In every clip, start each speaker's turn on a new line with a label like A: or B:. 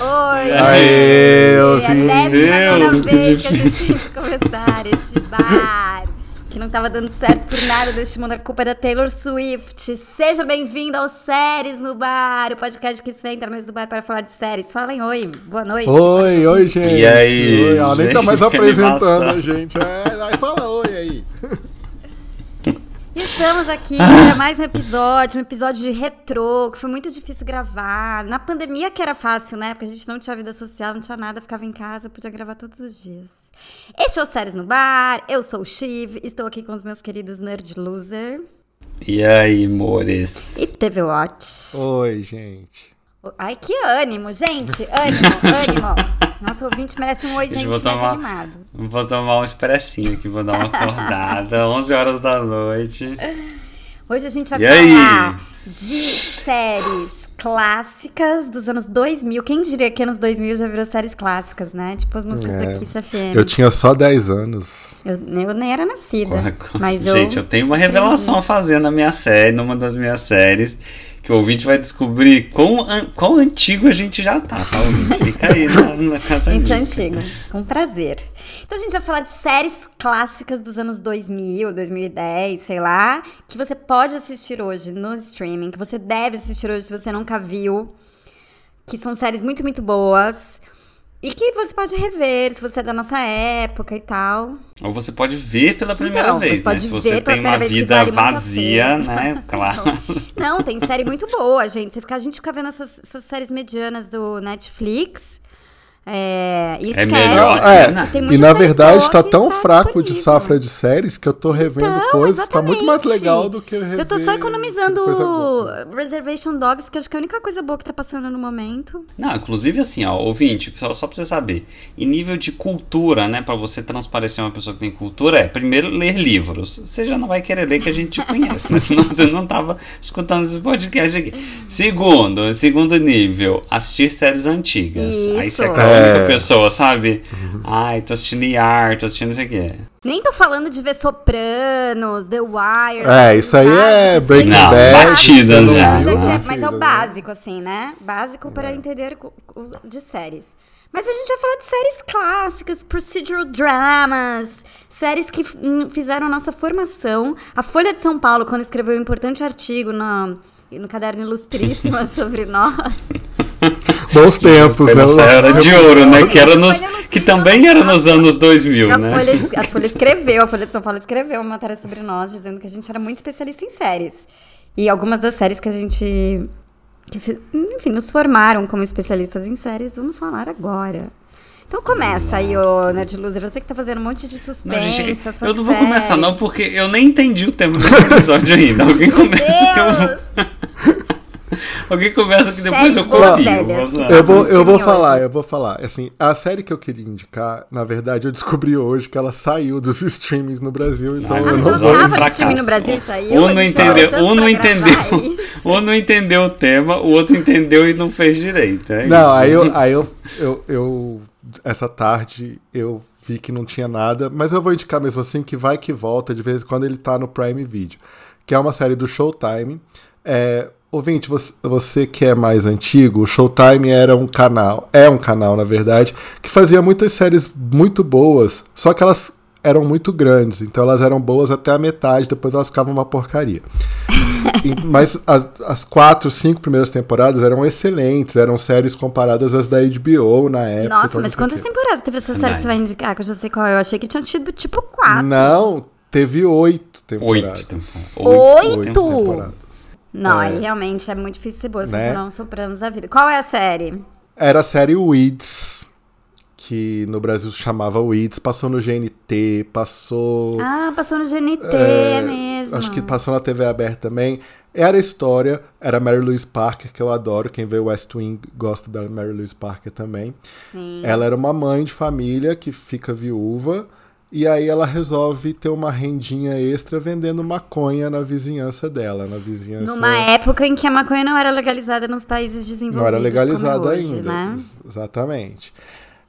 A: Oi!
B: Aê, eu
A: gente.
B: vi.
A: É a décima
C: Deus,
A: primeira
C: que
A: vez que a gente tem que começar este bar. Que não tava dando certo por nada deste mundo, a culpa é da Taylor Swift. Seja bem-vindo ao Séries no Bar, o podcast que senta na mesa do bar para falar de séries. Falem oi, boa noite.
B: Oi, oi, gente.
C: E aí,
B: Oi, ela nem tá
C: gente,
B: mais
C: que
B: apresentando
C: animação.
B: a gente. É, aí fala oi aí.
A: Estamos aqui para mais um episódio, um episódio de retrô, que foi muito difícil gravar. Na pandemia que era fácil, né? Porque a gente não tinha vida social, não tinha nada, ficava em casa, podia gravar todos os dias. Este é o Séries no Bar, eu sou o Shiv, estou aqui com os meus queridos Nerd Loser
C: E aí, mores?
A: e TV Watch.
B: Oi, gente.
A: Ai, que ânimo, gente! Ânimo, ânimo! Nosso ouvinte merece um oi,
C: Gente,
A: gente,
C: vou
A: mais
C: tomar-
A: animado.
C: Vou tomar um expressinho aqui, vou dar uma acordada, 11 horas da noite.
A: Hoje a gente vai
C: E aí?
A: falar de séries clássicas dos anos 2000. Quem diria que anos 2000 já virou séries clássicas, né? Tipo as músicas
B: É.
A: da Kiss FM.
B: Eu tinha só 10 anos.
A: Eu, eu nem era nascida, mas eu...
C: Gente, eu tenho uma revelação a fazer na minha série, numa das minhas séries, que o ouvinte vai descobrir quão, an- quão antigo a gente já tá, tá? ouvinte? Fica aí na, na casa
A: Gente é
C: minha.
A: antiga, com prazer. Então a gente vai falar de séries clássicas dos anos 2000, 2010, sei lá, que você pode assistir hoje no streaming, que você deve assistir hoje se você nunca viu, que são séries muito, muito boas e que você pode rever se você é da nossa época e tal.
C: Ou você pode ver pela primeira
A: Então, você
C: vez, né?
A: pode
C: Se
A: ver
C: você
A: pela
C: tem uma
A: primeira vez, que
C: vida
A: vale muito a
C: vazia,
A: pena. Então.
C: né? Claro.
A: Não, tem série muito boa, gente. Você fica, a gente fica vendo essas, essas séries medianas do Netflix. É, e esquece.
C: melhor,
A: que
B: é,
C: né?
A: tem muita
B: E na
A: série
B: verdade
A: boa
B: tá
A: que
B: tão
A: tá
B: fraco de
A: disponível. Então,
B: safra de séries que eu tô revendo coisas. Tá muito mais
A: exatamente.
B: legal do que rever
A: Eu tô só economizando
B: coisa boa.
A: Reservation Dogs, que eu acho que é a única coisa boa que tá passando no momento.
C: Não, inclusive assim, ó, ouvinte, só, só pra você saber. Em nível de cultura, né, pra você transparecer uma pessoa que tem cultura, é primeiro ler livros. Você já não vai querer ler que a gente te conhece, né? Senão você não tava escutando esse podcast aqui. Segundo, segundo nível, assistir séries antigas. Aí
A: Isso.
C: você é aquela única
B: É.
C: pessoa, sabe? Ai, tô assistindo IAR, tô assistindo isso aqui.
A: Nem tô falando de ver Sopranos, The Wire.
B: É, isso aí é
A: básico,
B: Breaking
A: isso aí é
C: Bad,
A: básico,
C: batidas
A: isso aí é
C: já,
A: básico,
C: né?
A: Mas é o
B: Batidas, É.
A: básico, assim, né? Básico para entender co- co- de séries. Mas a gente vai falar de séries clássicas, procedural dramas, séries que f- hum, fizeram nossa formação. A Folha de São Paulo, quando escreveu um importante artigo no, no caderno Ilustríssima sobre nós,
B: Bons tempos,
C: Foi
B: né?
C: nessa era de ouro, né? Que, era nos,
A: Olha, eu não sei, é
C: que
A: eu
C: também
A: não
C: era
A: sei.
C: nos anos 2000,
A: A
C: né?
A: Folha, es- a Folha escreveu, a Folha de São Paulo escreveu uma matéria sobre nós, dizendo que a gente era muito especialista em séries. E algumas das séries que a gente. que se- enfim, nos formaram como especialistas em séries, vamos falar agora. Então começa aí, ô Nerd Loser. Você que tá fazendo um monte de
C: Não,
A: suspense,
C: gente,
A: suas
C: eu não vou começar
A: séries.
C: não, porque eu nem entendi o tema desse episódio ainda. Alguém começa que eu
B: É
C: vou-
A: Deus!
C: Alguém começa que depois eu
A: Séries boas
C: copio.
A: velhas.
C: Vamos lá.
B: Eu vou, eu
A: Assistindo
B: vou
A: hoje.
B: falar, eu vou falar. Assim, a série que eu queria indicar, na verdade, eu descobri hoje que ela saiu dos streamings no Brasil, então
C: Ah,
B: eu
A: mas
B: não
A: eu
B: vou.
A: tava-
C: Fracasso.
A: assistindo no Brasil e saiu,
C: Um
A: a
C: não
A: gente tava
C: entendeu,
A: lutando
C: um não
A: pra gravar
C: entendeu,
A: isso.
C: um não entendeu o tema, o outro entendeu e não fez direito. é
B: Não,
C: isso.
B: aí eu, aí eu, eu, eu- essa tarde eu vi que não tinha nada, mas eu vou indicar mesmo assim que vai que volta de vez em quando ele tá no Prime Video, que é uma série do Showtime. É, ouvinte, você, você que é mais antigo, o Showtime era um canal, é um canal na verdade, que fazia muitas séries muito boas, só que elas eram muito grandes, então elas eram boas até a metade, depois elas ficavam uma porcaria. E- mas as, as quatro, cinco primeiras temporadas eram excelentes, eram séries comparadas às da HBO na época.
A: Nossa,
B: então
A: mas
B: não sei o
A: quantas
B: quê.
A: temporadas teve essa série que você vai indicar? Que eu já sei qual. é. Eu achei que tinha tido tipo quatro.
B: Não, teve oito temporadas.
C: Oito temporadas.
A: Oito?
C: temporadas.
B: temporadas.
A: Não,
B: É.
A: aí realmente é muito difícil ser boa se
B: Né?
A: você não é um sopranos da vida. Qual é a série?
B: Era a série Weeds, que no Brasil se chamava Weeds, passou no GNT, passou.
A: Ah, passou no GNT
B: É,
A: mesmo.
B: Acho que passou na TV aberta também. Era a história, era Mary Louise Parker, que eu adoro. Quem vê West Wing gosta da Mary Louise Parker também.
A: Sim.
B: Ela era uma mãe de família que fica viúva e aí ela resolve ter uma rendinha extra vendendo maconha na vizinhança dela, na vizinhança
A: Numa época em que a maconha não era legalizada nos países desenvolvidos.
B: não era legalizada
A: como é hoje,
B: ainda.
A: Né?
B: ex- Exatamente.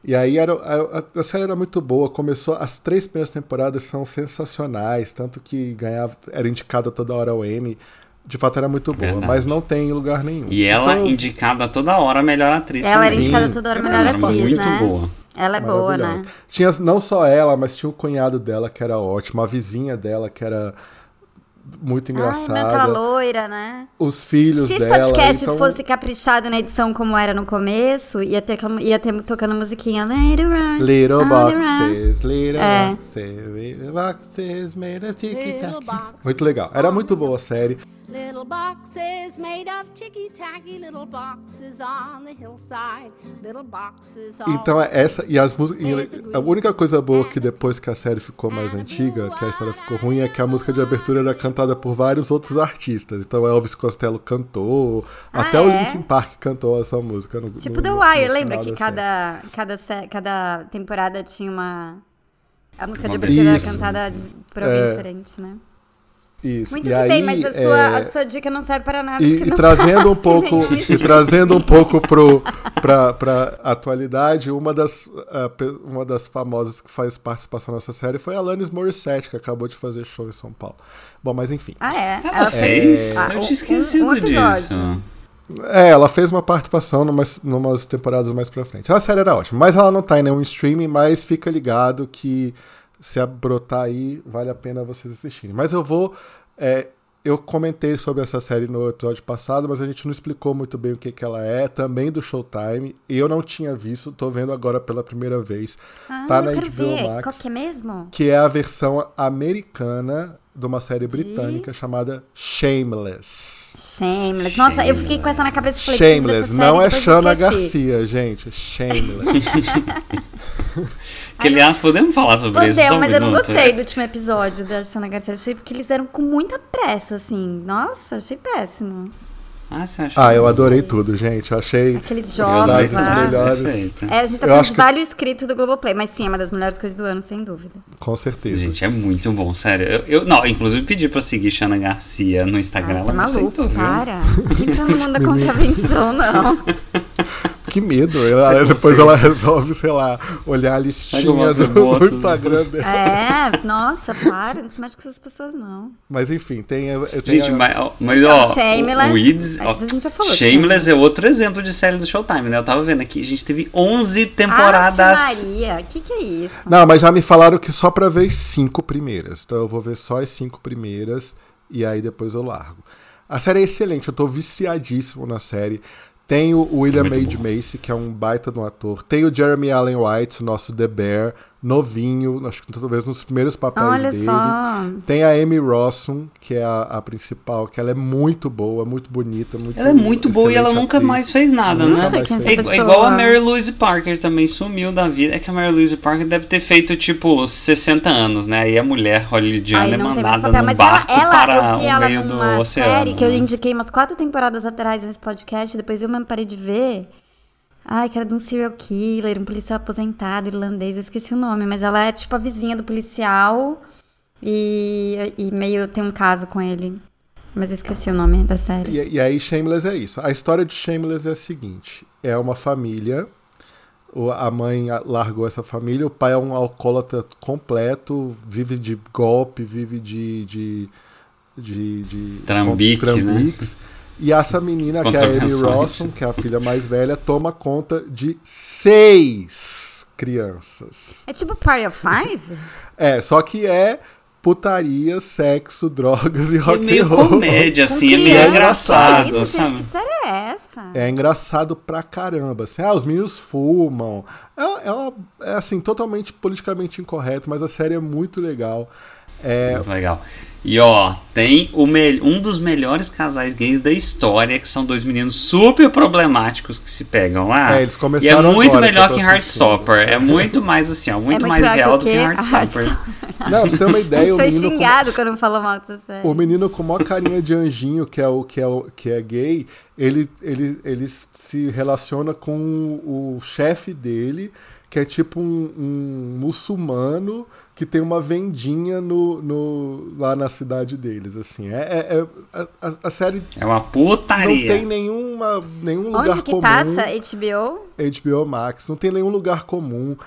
B: E aí era, a, a- a série era muito boa, começou as três primeiras temporadas são sensacionais, tanto que ganhava, era indicada toda hora ao Emmy. de fato era muito boa,
C: Verdade.
B: mas não tem em lugar nenhum.
C: E ela
B: Então,
C: indicada toda hora a melhor atriz
A: Ela era
C: também.
A: indicada toda hora a melhor
C: Era
A: atriz,
C: muito
A: né?
C: boa.
A: Ela é boa, né?
B: maravilhosa. Tinha não só ela, mas tinha o cunhado dela que era ótimo, a vizinha dela que era muito
A: Ai, branca
B: engraçada,
A: loira, né?
B: os filhos
A: Se esse
B: dela.
A: podcast
B: então,
A: fosse caprichado na edição como era no começo, ia ter, aquela- ia ter tocando musiquinha. Later on.
B: Little
A: on
B: boxes, little
A: Ah, É.
B: boxes, little boxes made of ticky
D: Little
B: tack.
D: boxes.
B: Muito legal. Era muito boa a série.
D: Little boxes made of ticky tacky, little boxes on the hillside, little boxes all
B: Então é essa e as músicas.
D: Disagree.
B: A única coisa boa
A: É.
B: que depois que a série ficou mais antiga, que a história ficou ruim, é que a música de abertura era cantada por vários outros artistas. Então Elvis Costello cantou,
A: Ah,
B: até o
A: é?
B: Linkin Park cantou essa música. No,
A: Tipo
B: no-
A: The
B: no
A: Wire,
B: final
A: lembra
B: da
A: que
B: série.
A: cada, cada, sé- cada temporada tinha uma. A música de
C: Uma
A: abertura era
B: Isso.
A: cantada de, por alguém diferente, né?
B: Isso.
A: Muito
B: e
A: que
B: aí,
A: bem, mas a
B: é,
A: sua, a sua dica não serve para nada.
B: E,
A: porque
B: e
A: não
B: trazendo um
A: faz
B: pouco
A: nenhum
B: e trazendo um pouco pro pra, pra atualidade uma das ah, pe- uma das famosas que faz participação nessa série foi a Alanis Morissette que acabou de fazer show em São Paulo bom mas enfim
A: Ah, é?
C: Ela fez? Eu tinha esquecido
A: um, um episódio.
C: disso.
B: É, ela fez uma participação numas, numas temporadas mais pra frente. A série era ótima, mas ela não tá em nenhum streaming, mas fica ligado que se a- brotar aí, vale a pena vocês assistirem. Mas eu vou. é, eu comentei sobre essa série no episódio passado, mas a gente não explicou muito bem o que, que ela é, também do Showtime. E eu não tinha visto, tô vendo agora pela primeira vez.
A: Ah,
B: tá
A: eu
B: na
A: quero
B: HBO
A: ver.
B: Max
A: Qual que é mesmo?
B: que é a versão americana de uma série britânica chamada Shameless.
A: Shameless. Nossa, eu fiquei com essa na cabeça e falei, preciso ver
B: Shameless,
A: essa
B: não
A: série,
B: é
A: depois
B: Shana
A: esqueci.
B: Garcia, gente. é Shameless.
C: Que, aliás, podemos falar sobre isso? só
A: Podemos,
C: um
A: mas eu não
C: minuto?
A: gostei do último episódio da Shana Garcia. Achei porque eles eram com muita pressa, assim. Nossa, achei péssimo.
C: Ah, você acha
B: Ah,
C: que-
B: eu adorei tudo, gente. Eu achei.
A: Aqueles
C: Eu
B: adorei
A: jovens
B: esses
C: adorei
A: lá.
C: tudo,
B: melhores.
C: perfeito.
A: É, a gente tá
B: Eu
A: falando
B: acho
A: de
B: que-
A: vários escrito do Globoplay, mas sim, é uma das melhores coisas do ano, sem dúvida.
B: Com certeza.
C: Gente, é muito bom, sério. Eu, eu- não, inclusive pedi pra seguir Xana Garcia no Instagram.
A: Nossa,
C: ela não aceitou,
A: é maluco,
C: viu?
A: para. Quem tá no mundo da contravenção, não.
B: Que medo. Ela-
C: Eu não
B: depois
C: sei.
B: ela resolve, sei lá, olhar a listinha
C: mostro
B: do,
C: a foto.
B: do Instagram dela.
A: É, nossa, para. Não se mete com essas pessoas, não.
B: Mas enfim, tem. Eu eu tenho
C: Gente,
B: a-
C: mas, ó, mas ó,
A: Shameless,
C: o Weeds, ó,
A: mas a gente já falou de Shameless.
C: Shameless é outro exemplo de série do Showtime, né? Eu tava vendo aqui, a gente teve 11 temporadas.
A: Ave Maria, o que que é isso?
B: Não, mas já me falaram que só pra ver as cinco primeiras. Então eu vou ver só as cinco primeiras e aí depois eu largo. A série é excelente, eu tô viciadíssimo na série. Tem o William
C: muito
B: H. Macy, que é um baita de um ator. Tem o Jeremy Allen White, nosso The Bear, novinho, acho que talvez nos primeiros papéis
A: Olha
B: dele.
A: só.
B: Tem a Amy Rossum, que é a, a principal, que ela é muito boa, muito bonita, muito
C: Ela é muito boa e ela
B: excelente
C: nunca
B: atriz.
C: mais fez
B: Nunca
C: nada, né?
B: mais Nossa,
A: quem
C: É
A: é
C: igu-
A: essa
C: é igual a
A: pessoa?
C: Mary Louise Parker também sumiu da vida. É que a Mary Louise Parker deve ter feito, tipo, 60 anos, né? E a mulher hollywoodiana
A: Aí
C: é
A: não tem mais
C: mandada
A: papel,
C: num
A: mas
C: barco
A: ela, ela
C: para
A: eu vi
C: o
A: ela
C: meio do
A: numa
C: oceano.
A: série que eu
C: né?
A: indiquei umas quatro temporadas atrás nesse podcast, depois eu mesmo parei de ver. Ai, que era de um serial killer, um policial aposentado irlandês, eu esqueci o nome, mas ela é tipo a vizinha do policial e, e meio tem um caso com ele. Mas eu esqueci o nome da série.
B: E, e aí, Shameless é isso. A história de Shameless é a seguinte: é uma família. o- A mãe a- largou essa família, o pai é um alcoólatra completo, vive de golpe, vive de. de. de. de
C: Trambique, né?
B: con- E essa menina, que é a Amy
C: Contravenções.
B: Rossum, que é a filha mais velha, toma conta de seis crianças.
A: É tipo Party of Five?
B: É, só que é putaria, sexo, drogas e
C: É
B: rock and
C: meio
B: roll.
C: comédia,
A: Com
C: assim, é
A: criança,
C: meio
A: que
C: engraçado,
A: isso,
C: sabe?
A: gente, que série é essa?
B: É engraçado pra caramba. Assim, ah, os meninos fumam. É, é uma- é, assim, totalmente politicamente incorreto, mas a série é muito legal. É,
C: Muito legal. E ó, tem o me- um dos melhores casais gays da história, que são dois meninos super problemáticos que se pegam lá.
B: É, eles
C: e é
B: começaram
C: muito
B: agora
C: melhor
B: que eu
C: que
B: tô assistindo.
C: Heartstopper. É muito mais assim, ó, muito,
A: é
C: mais
A: melhor
C: real
A: o
C: do que
A: quê?
C: Heartstopper.
B: não, pra você ter uma
A: A
B: ideia,
A: gente
B: o
A: foi
B: menino, com,
A: xingado quando falou mal dessa série.
B: o menino com maior carinha de anjinho, que é o que é, o- que é gay, ele, ele, ele se relaciona com o chefe dele, que é tipo um, um muçulmano que tem uma vendinha no, no- lá na cidade deles. Assim, é, é- é- a- a- a série
C: É uma
B: Não
C: putaria.
B: tem nenhuma, nenhum lugar
A: Onde que
B: comum.
A: passa HBO?
B: HBO Max. Não tem nenhum lugar comum.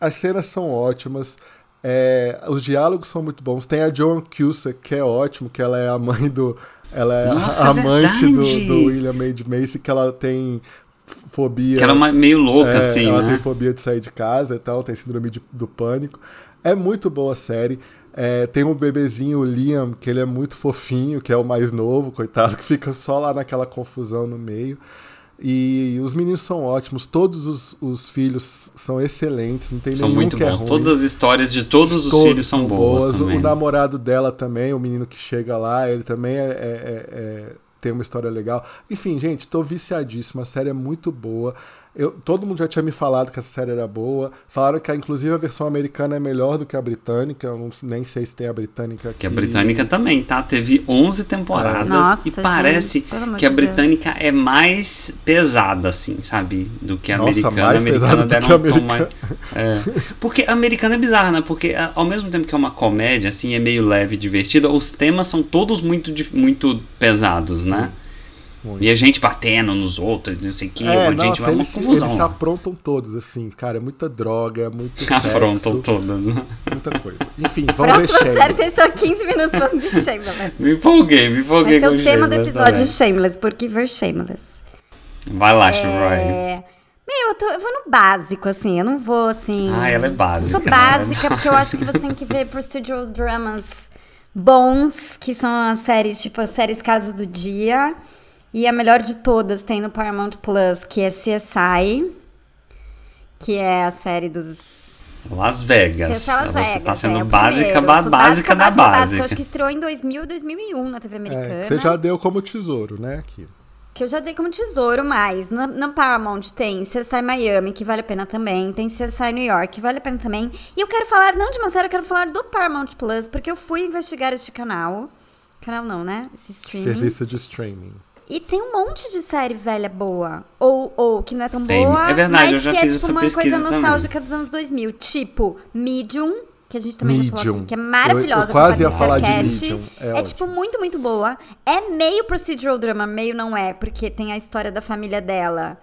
B: As cenas são ótimas. é, os diálogos são muito bons. Tem a Joan Cusack, que é ótimo, que ela é a mãe do Ela é
C: Nossa,
B: a
C: é
B: amante do,
C: verdade.
B: do William Made Macy, que ela tem fobia.
C: Que ela é uma- meio louca,
B: É,
C: assim,
B: ela tem
C: né?
B: fobia de sair de casa e tal, tem síndrome de- do pânico. É muito boa a série. É, tem um bebezinho, o Liam, que ele é muito fofinho, que é o mais novo, coitado, que fica só lá naquela confusão no meio. E os meninos são ótimos, todos os, os filhos são excelentes, não tem
C: São
B: nenhum
C: muito
B: que é
C: bons.
B: ruim.
C: Todas as histórias de todos os
B: Todos
C: filhos são boas,
B: O
C: também. né?
B: namorado dela também, o menino que chega lá, ele também é- é- é- é- tem uma história legal. Enfim, gente, tô viciadíssimo. A série é muito boa. Eu, todo mundo já tinha me falado que essa série era boa. Falaram que, inclusive, a versão americana é melhor do que a britânica. Eu não, nem sei se tem a britânica aqui.
C: Que a britânica também, tá? Teve 11 temporadas
A: Nossa,
C: e parece
A: gente, pelo amor
C: que a
A: de Deus.
C: britânica é mais pesada, assim, sabe? Do que a
B: Nossa,
C: americana.
B: mais
C: a americana
B: pesada do
C: deram
B: que a
C: um tom
B: americana.
C: mais- é. Porque a americana é bizarra, né? Porque a- ao mesmo tempo que é uma comédia, assim, é meio leve e divertida, os temas são todos muito, dif- muito pesados, né?
B: muito.
C: E a gente batendo nos outros, não sei o que,
B: É,
C: a gente
B: nossa,
C: vai uma
B: eles, eles
C: confusão. né?
B: se
C: lá.
B: aprontam todos, assim, cara. É muita droga, é muito sexo,
C: Afrontam todas, né?
B: muita coisa. Enfim, vamos ver
A: Próxima série,
B: Shameless.
A: vocês são 15 minutos falando de Shameless.
C: Me empolguei, me empolguei
A: Vai ser
C: com
A: o tema do
C: é Shameless, né?
A: episódio
C: olha.
A: Shameless, porque ver Shameless.
C: Vai lá, Shivroy.
A: É. Meu, eu, tô- eu vou no básico, assim. Eu não vou, assim.
C: Ah, ela é básica.
A: Eu sou básica, porque eu acho que você tem que ver procedural dramas bons, que são as séries, tipo, as séries Caso do Dia. E a melhor de todas tem no Paramount Plus, que é CSI, que é a série dos.
C: Las Vegas.
A: CSI Las
C: Você tá
A: Vegas, é,
C: sendo
A: o primeiro.
C: básica, ba-
A: Eu sou
C: básica da
A: básica,
C: básica.
A: Eu acho que estreou em 2000, 2001 na TV americana.
B: É, que você já deu como tesouro, né? Aqui.
A: Que eu já dei como tesouro, mas na, na Paramount tem CSI Miami, que vale a pena também. Tem CSI New York, que vale a pena também. E eu quero falar, não de uma série, eu quero falar do Paramount Plus, porque eu fui investigar este canal. Canal não, né? Esse streaming.
B: Serviço de streaming.
A: E tem um monte de série velha boa. Ou, ou que não é tão
C: Tem.
A: boa,
C: É verdade,
A: mas
C: eu já
A: que é
C: fiz
A: tipo
C: essa
A: uma
C: pesquisa
A: coisa
C: também.
A: nostálgica dos anos 2000. Tipo, Medium, que a gente também já falou
B: Medium.
A: aqui, que é maravilhosa.
B: Eu- eu
A: com
B: quase ia
A: Patricia
B: falar de
A: Arquette.
B: Medium, é
A: É,
B: ótimo.
A: tipo muito, muito boa. É meio procedural drama, meio não é, porque tem a história da família dela.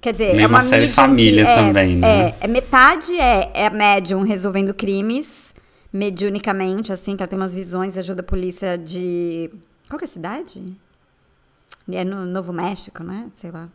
A: Quer dizer,
C: Meio
A: é uma,
C: uma série
A: Medium que
C: família
A: é-
C: também, né?
A: É, é metade é, é a médium resolvendo crimes, mediunicamente, assim, que ela tem umas visões, ajuda a polícia de. Qual que é a cidade? É no Novo México, né? Sei lá.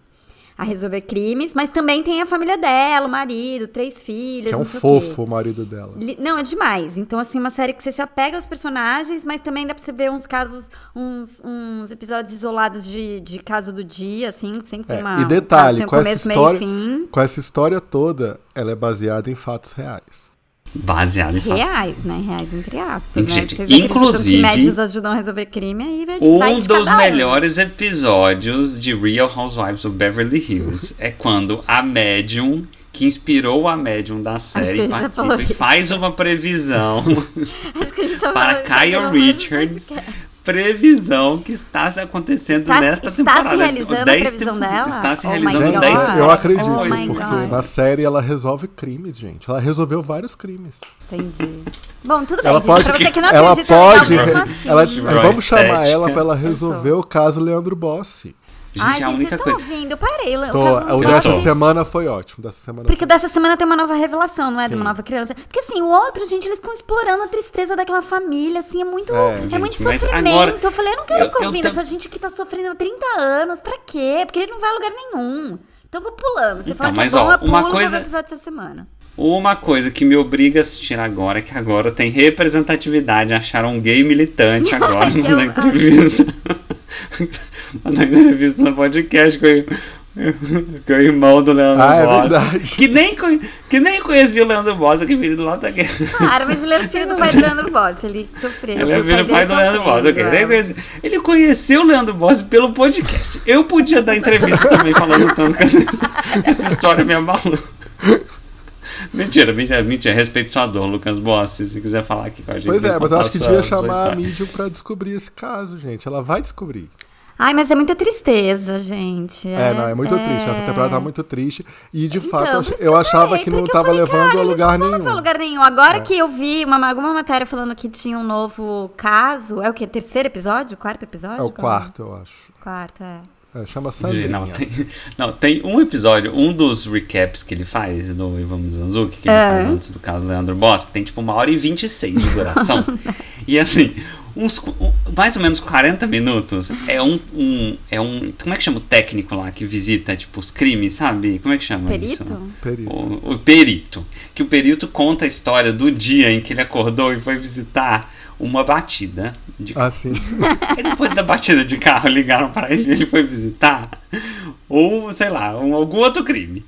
A: A resolver crimes, mas também tem a família dela, o marido, três filhos.
B: Que é um
A: não sei o quê.
B: fofo o marido dela.
A: Li- Não, é demais. Então, assim, uma série que você se apega aos personagens, mas também dá pra você ver uns casos, uns, uns episódios isolados de, de caso do dia, assim, que sempre
B: É,
A: tem uma.
B: e
A: um caso,
B: detalhe,
A: tem um
B: com essa
A: começo,
B: história,
A: meio e fim.
B: com essa história toda, ela é baseada em fatos reais.
C: Baseado em fatos.
A: Reais, né? Reais entre aspas, né?
C: Gente,
A: Vocês acreditam
C: inclusive-
A: que médios ajudam a resolver crime aí, vai, vai
C: Um
A: de
C: dos
A: cada
C: melhores episódios de Real Housewives of Beverly Hills é quando a médium que inspirou a médium da
A: que a
C: série
A: gente já
C: participa
A: falou
C: e
A: isso.
C: faz uma previsão
A: Acho que a gente tá
C: para
A: falando- tá
C: Kyle
A: falando mais do
C: Richards.
A: podcast.
C: Previsão que está se acontecendo
A: Está-
C: nesta
A: está se
C: temporada.
A: realizando a
C: Dez
A: previsão
C: tempo-
A: dela?
C: Está se
A: Oh my God.
C: realizando
B: Gente,
C: 10
A: temporadas.
B: Então, eu acredito,
A: Oh my
B: porque
A: God.
B: na série ela resolve crimes, gente. Ela resolveu vários crimes.
A: Entendi. Bom, tudo bem,
B: Ela
A: gente.
B: pode,
A: Pra você que não
B: ela
A: acredita,
B: pode,
A: legal mesmo assim.
B: ela,
C: Estética.
B: vamos chamar ela pra ela resolver o caso Leandro Bossi.
C: Gente,
A: Ai,
C: é a
A: gente, vocês
C: única
A: estão
C: coisa.
A: ouvindo? Eu parei. Eu
B: Tô-
A: tava-
B: o
C: Eu
B: dessa
C: tô.
B: semana foi ótimo, dessa semana.
A: Porque
B: foi-
A: o dessa semana tem uma nova revelação, não é? De
B: Sim.
A: uma nova criança. Porque assim, o outro, gente, eles ficam explorando a tristeza daquela família, assim, é muito, é,
B: É,
A: muito
C: gente, mas
A: sofrimento.
C: agora-
A: eu falei, eu não quero
C: Eu-
A: ficar
C: eu
A: ouvindo
C: tam-
A: essa gente que tá sofrendo há 30 anos, pra quê? Porque ele não vai a lugar nenhum. Então eu vou pulando. Você
C: Então,
A: fala que é
C: mas,
A: bom,
C: ó,
A: eu pulo,
C: uma
A: vou ver
C: coisa-
A: o episódio dessa semana.
C: Uma coisa que me obriga a assistir agora é que agora tem representatividade. Acharam um gay militante agora
A: Eu amo.
C: na entrevista. na entrevista no podcast com o, com o irmão do Leandro
B: Ah, é
C: Bossa.
B: verdade.
C: Que nem, conhe- que nem conhecia o Leandro Bossa, que veio lá da guerra.
A: Claro, mas ele é filho do pai do Leandro Boss, ele sofreu.
C: Ele é
A: foi
C: filho do
A: dele
C: pai do
A: sofrendo,
C: Leandro Bossa. ok,
A: é.
C: nem conhecia. Ele conheceu o Leandro Bossa pelo podcast. Eu podia dar entrevista também falando tanto que essa, essa história me abalou. Mentira, mentira, mentira. Respeito sua dor, Lucas Bossi, se quiser falar aqui com a gente.
B: Pois é,
C: vem
B: mas
C: contar
B: eu acho que
C: sua-
B: devia
C: sua
B: chamar a
C: história.
B: Medium pra descobrir esse caso, gente. Ela vai descobrir.
A: Ai, mas é muita tristeza, gente. Então,
B: É, não, é muito triste. Essa temporada tá muito triste. E, de fato, eu ach- eu achava que não
A: estava
B: tava levando a lugar
A: Não foi a
B: nenhum. É.
A: lugar nenhum. Agora que eu vi uma, alguma matéria falando que tinha um novo caso, é o quê? Terceiro episódio? Quarto episódio?
B: É o
A: Qual
B: quarto, eu acho.
A: Quarto, é.
B: É, chama
C: Gente,
B: Sandrinha.
C: Não tem, não, tem um episódio, um dos recaps que ele faz do Ivan Mizanzuki, que ele faz antes do caso do Leandro Bosch, que tem tipo uma hora e 26 de duração. e assim, uns, um- mais ou menos 40 minutos, é um, um- É um. Como é que chama o técnico lá que visita, tipo, os crimes, sabe? Como é que chama isso?
A: Perito?
B: Perito.
C: O, o perito. Que o perito conta a história do dia em que ele acordou e foi visitar uma batida de
B: Assim.
C: Aí depois da batida de carro ligaram pra ele, ele foi visitar. Ou, sei lá, um- algum outro crime.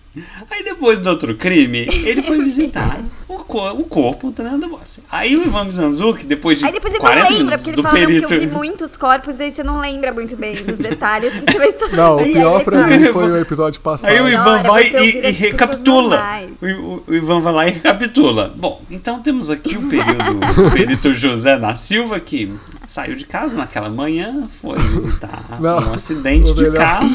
C: Aí depois do outro crime, ele foi visitar o, cor- o corpo do Nando Boss. Aí o Ivan Mizanzuki, depois de
A: Aí depois ele não
C: 40
A: lembra,
C: minutos
A: porque ele
C: do
A: fala não,
C: perito...
A: porque eu vi muitos corpos, e aí você não lembra muito bem dos detalhes. Você vai estar-
B: Não,
A: E aí
B: o
A: ele
C: é
B: pior pra
A: fala,
B: mim foi o episódio passado.
C: Aí o Ivan
A: Agora
C: vai
A: você ouvir
C: e, e
A: as pessoas
C: recapitula.
A: normais.
C: O, o- o Ivan vai lá e recapitula. Bom, então temos aqui o período o perito José da Silva que saiu de casa naquela manhã, foi visitar
B: Não,
C: um acidente
B: o
C: de
B: melhor-
C: carro.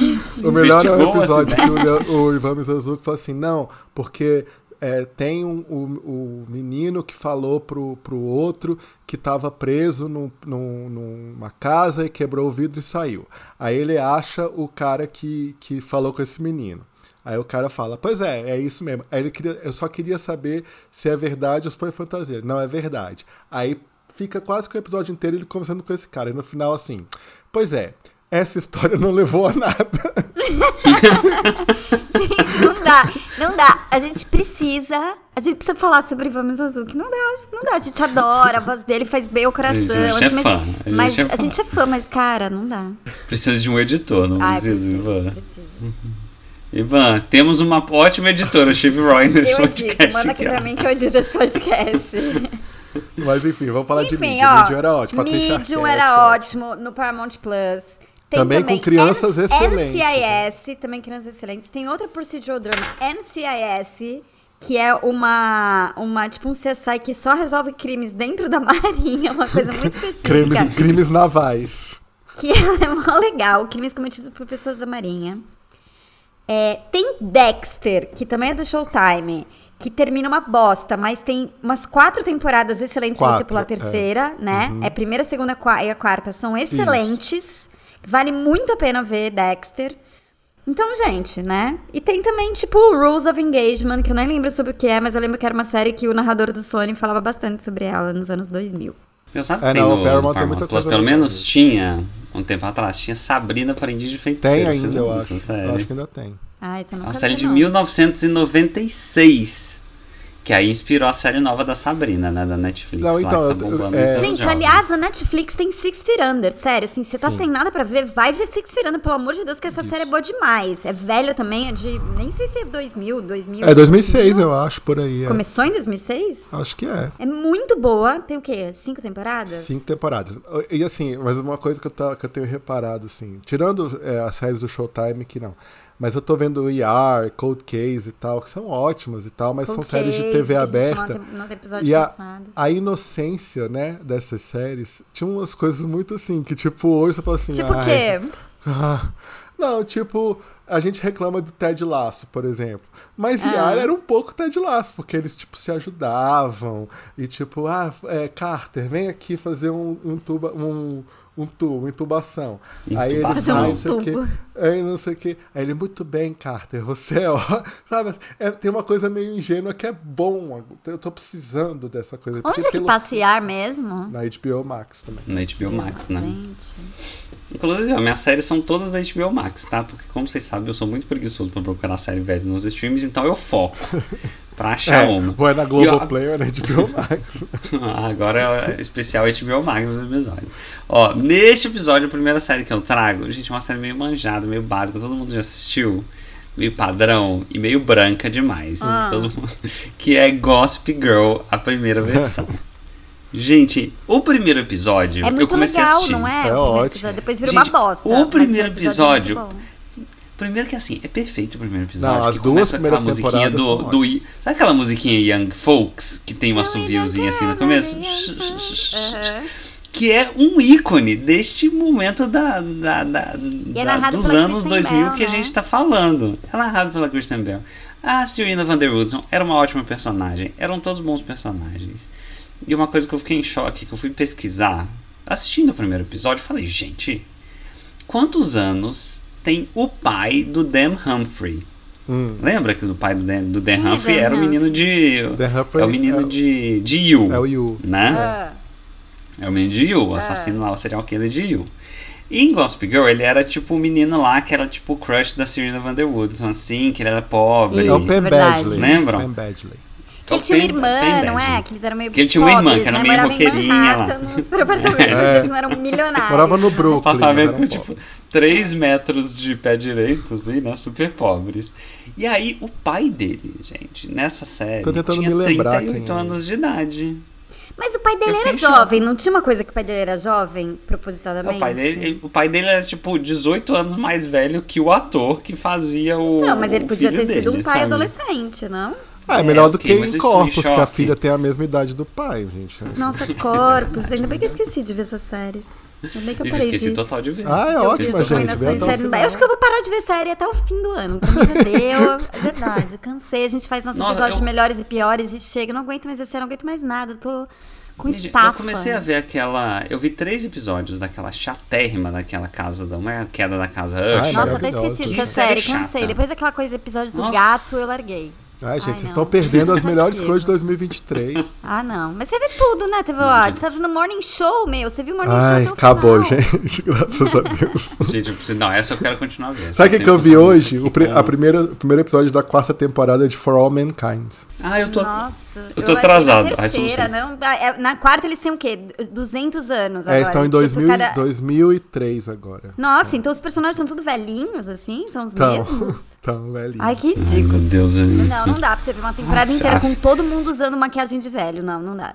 B: O melhor é
C: investigou né?
B: o episódio
C: acidente.
B: que o, Le- o Ivan Mizanzuki falou assim: não, porque é, tem um, o, o menino que falou pro, pro outro que estava preso num, num- numa casa e quebrou o vidro e saiu. Aí ele acha o cara que, que falou com esse menino. Aí o cara fala, pois é, é isso mesmo. Aí ele queria, eu só queria saber se é verdade ou se foi fantasia. Não, é verdade. Aí fica quase que o episódio inteiro ele conversando com esse cara. E no final, assim, pois é, essa história não levou a nada.
A: Gente, não dá, não dá. A gente precisa, a gente precisa falar sobre Ivan Mizanzuki. Não dá, não dá. A gente adora, a voz dele faz bem ao coração. Assim,
C: Gente, a gente é
A: mas
C: fã, a
A: mas
C: gente é
A: a
C: fã.
A: gente é fã, mas cara, não dá.
C: Precisa de um editor, não
A: Ai,
C: precisa,
A: precisa,
C: Ivan.
A: precisa.
C: Ivan, temos uma ótima editora, Steve Roy, nesse
A: Eu
C: podcast.
A: edito, manda aqui
C: ó.
A: pra mim que eu edito esse podcast.
B: Mas enfim, vamos falar de
A: Enfim,
B: Medium.
A: ó,
B: Medium era ótimo. Patrícia
A: Medium
B: Arquette,
A: era
B: ó.
A: ótimo no Paramount Plus. Tem
B: Também
A: também,
B: com crianças
A: N-
B: excelentes,
A: NCIS, também crianças excelentes. Tem outra procedural drama, NCIS, que é uma, uma tipo um CSI que só resolve crimes dentro da marinha, uma coisa muito específica.
B: Crimes, crimes navais.
A: Que é mó legal, crimes cometidos por pessoas da Marinha. É, tem Dexter, que também é do Showtime, que termina uma bosta, mas tem umas quatro temporadas excelentes se você
B: Quatro,
A: pular a terceira, né? É primeira, segunda qua- e a quarta são excelentes. Vale muito a pena ver Dexter. Então, gente, né? E tem também, tipo, Rules of Engagement, que eu nem lembro sobre o que é, mas eu lembro que era uma série que o narrador do Sony falava bastante sobre ela nos anos 2000.
C: Eu sabe
B: É,
C: que tem
B: não,
C: no
B: o Paramount tem muita
C: Paramount Plus,
B: coisa
C: pelo
B: legal.
C: menos tinha, um tempo atrás, tinha Sabrina Aprendiz de Feiticeiro.
B: Tem
C: vocês
B: ainda, eu
C: lembram
B: acho.
C: dessa série?
B: Eu acho que ainda tem.
A: Ah, isso eu nunca
C: Uma série
A: vi,
C: de
A: não.
C: 1996. Que aí inspirou a série nova da Sabrina, né? Da Netflix.
B: Não,
C: lá,
B: então,
C: que tá
B: eu-
C: bombando
B: eu- é-
C: entre os
A: Gente,
C: jovens.
A: aliás, a Netflix tem Six Feet Under, sério, assim, você tá sem nada pra ver, vai ver Six Feet Under, pelo amor de Deus, que essa série é boa demais. É velha também, é de, nem sei se é 2000, 2000.
B: É 2006, eu acho, por aí. é.
A: Começou em 2006?
B: Acho que é.
A: É muito boa, tem o quê? Cinco temporadas?
B: Cinco temporadas. E assim, mas uma coisa que eu, tá- que eu tenho reparado, assim, tirando é, as séries do Showtime, que não. Mas eu tô vendo ER, Cold Case e tal, que são ótimas e tal, mas
A: Cold
B: são séries de
A: Case,
B: TV
A: que a gente
B: aberta.
A: falou no- no episódio
B: E a,
A: passado.
B: a inocência, né, dessas séries, tinha umas coisas muito assim, que tipo, hoje você fala assim.
A: Tipo o
B: "Ai,
A: quê?
B: Ah, Não, tipo, a gente reclama do Ted Lasso, por exemplo. Mas
A: Ah.
B: Yara era um pouco Ted Lasso, porque eles, tipo, se ajudavam. E tipo, ah, é, Carter, vem aqui fazer um, um tuba, um, um tubo, intubação. Aí ele
C: Intubação.
B: vai, não
A: Fazer
B: sei
A: um
B: o quê.
A: tubo.
B: Aí não sei o quê. Aí ele, muito bem, Carter, você é ó. Sabe, é, tem uma coisa meio ingênua que é bom. Eu tô precisando dessa coisa. porque
A: Onde é que
B: pelo-
A: passear mesmo?
B: Na HBO Max também.
C: Na HBO Max, né?
A: Gente,
C: Inclusive, ó, minhas séries são todas da HBO Max, tá? Porque, como vocês sabem, eu sou muito preguiçoso pra procurar série velha nos streams, então eu foco pra achar
B: É,
C: uma.
B: ou é na
C: E, ó,
B: Globoplay ou é na HBO Max.
C: Ah, Agora é especial HBO Max esse episódio. Ó, neste episódio, a primeira série que eu trago, gente, é uma série meio manjada, meio básica, todo mundo já assistiu, meio padrão e meio branca demais.
A: Ah.
C: Todo mundo- que é Gossip Girl, a primeira versão. gente, o primeiro episódio.
A: é
C: eu
A: muito
C: comecei a
A: legal,
C: assistir.
A: não é? O primeiro
B: ótimo.
A: episódio, depois vira
C: Gente,
A: uma bosta.
C: o
A: mas
C: primeiro
A: é muito
C: episódio-
A: bom.
C: Primeiro que assim, é perfeito o primeiro episódio.
B: Não, as
C: que
B: duas
C: começa com
B: primeiras
C: aquela musiquinha
B: temporadas
C: do,
B: são
C: do, Sabe aquela musiquinha Young Folks? Que tem uma subiozinha assim no começo?
A: Aham.
C: Que é um ícone deste momento da, da, da-
A: é
C: da-
A: narrado
C: dos
A: pela
C: anos
A: Kristen
C: 2000
A: Bell,
C: que a
A: né?
C: gente tá falando. É narrado pela Kristen Bell. A Serena Van Der Woodson era uma ótima personagem. Eram todos bons personagens. E uma coisa que eu fiquei em choque, que eu fui pesquisar, assistindo o primeiro episódio, eu falei, gente, quantos anos tem o pai do Dan Humphrey?
B: Hum.
C: Lembra que do pai do Dan, do Dan
A: Quem é
C: Humphrey
A: Dan
C: era o menino de.
B: Dan
C: é
B: Humphrey
C: o menino
B: é o-
C: de, de You.
B: É o Yu.
C: Né?
A: Ah.
C: É o menino de Yu, o assassino lá, o serial killer de Yu. E em Gossip Girl, ele era tipo o menino lá que era tipo o crush da Serena Vanderwood, assim, que ele era pobre.
B: É o
A: Isso,
B: Pen
A: verdade.
B: Badgley.
C: Lembram?
B: Pen Badgley.
A: Que
C: Então,
A: ele tinha uma irmã, não é? Que eles eram meio
C: Que ele tinha uma irmã,
A: pobres,
C: que era
A: né?
C: meio
A: Morava em
C: roqueirinha
A: Manhattan, num super apartamento,
B: É.
A: eles não eram milionários.
B: Morava no Brooklyn. né? mas
C: Um apartamento
B: era
C: com,
B: pobre.
C: tipo, 3 metros de pé direito, assim, né? Super pobres. E aí, o pai dele, gente, nessa série,
B: Tô tentando
C: tinha
B: me lembrar
C: 38
B: quem é.
C: anos de idade.
A: Mas o pai dele
C: Eu
A: era
C: fiquei em choque.
A: jovem, não tinha uma coisa que o pai dele era jovem, propositadamente?
C: O pai, dele, o pai dele era, tipo, 18 anos mais velho que o ator que fazia o.
A: Não, mas ele
C: o
A: podia
C: filho
A: ter sido
C: dele,
A: um pai
C: sabe?
A: adolescente, não?
B: Ah, é
C: É,
B: melhor do
C: ok,
B: que
C: mas
B: em
C: eu
B: Corpus,
C: estou em
B: que a
C: choque.
B: filha tem a mesma idade do pai, gente.
A: Nossa, corpos. Ainda bem que eu esqueci de ver essas séries. Ainda bem que eu
C: Eu
A: parei de.
C: esqueci total de ver.
B: Ah, é
A: de ouvir
B: ótima,
A: as
B: gente, vê
A: recomendações de
B: até o
A: série do
B: final.
A: Eu acho que eu vou parar de ver série até o fim do ano. Pra mim já deu. É verdade. Eu cansei. A gente faz nosso
C: Nossa,
A: episódio de
C: eu-
A: melhores e piores e chega. Eu não aguento mais esse ano, não aguento mais nada. Eu tô com
C: Gente,
A: estafa.
C: Eu comecei a ver aquela. Eu vi três episódios daquela chatérrima daquela casa da. Não é a queda da casa Usher?
A: Nossa, eu até
B: É Maravilhosa.
A: esqueci
C: Que
A: dessa
C: série
A: série. Cansei.
C: é chata.
A: Depois daquela coisa, episódio do
C: Nossa.
A: gato, eu larguei.
B: Ai,
A: Ai,
B: gente, vocês
A: não.
B: estão perdendo as melhores
A: Cansativo.
B: coisas de 2023.
A: Ah, não. Mas você vê tudo, né, TV
C: Uhum.
A: Watch? Você tava no Morning Show, meu. Você viu o Morning
B: Ai,
A: Show até o
B: acabou,
A: final.
B: gente. Graças a Deus.
C: Gente, eu preciso... não, essa é eu quero continuar vendo.
B: Sabe o que, que eu
C: tenho
B: vi
C: que-
B: hoje? O, pri-
C: que-
B: a primeira, o primeiro episódio da quarta temporada de For All Mankind.
C: Ah, eu tô.
A: Nossa,
C: eu tô
A: achei
C: atrasado.
A: Na,
C: Ai, isso eu não
A: terceira,
C: sei.
A: não, é, na quarta eles têm o quê? 200 anos agora.
B: É, estão em
A: Eu tô
B: 2000,
A: cada-
B: 2003 agora.
A: Nossa, então os personagens são tudo velhinhos, assim? São os
B: Então,
A: mesmos?
B: então velhinho.
A: Ai, que
C: Ai,
A: ridículo.
C: meu Deus. eu-
A: Não, não dá pra você ver uma temporada
C: Aff,
A: inteira
C: aff.
A: com todo mundo usando maquiagem de velho. Não, não dá.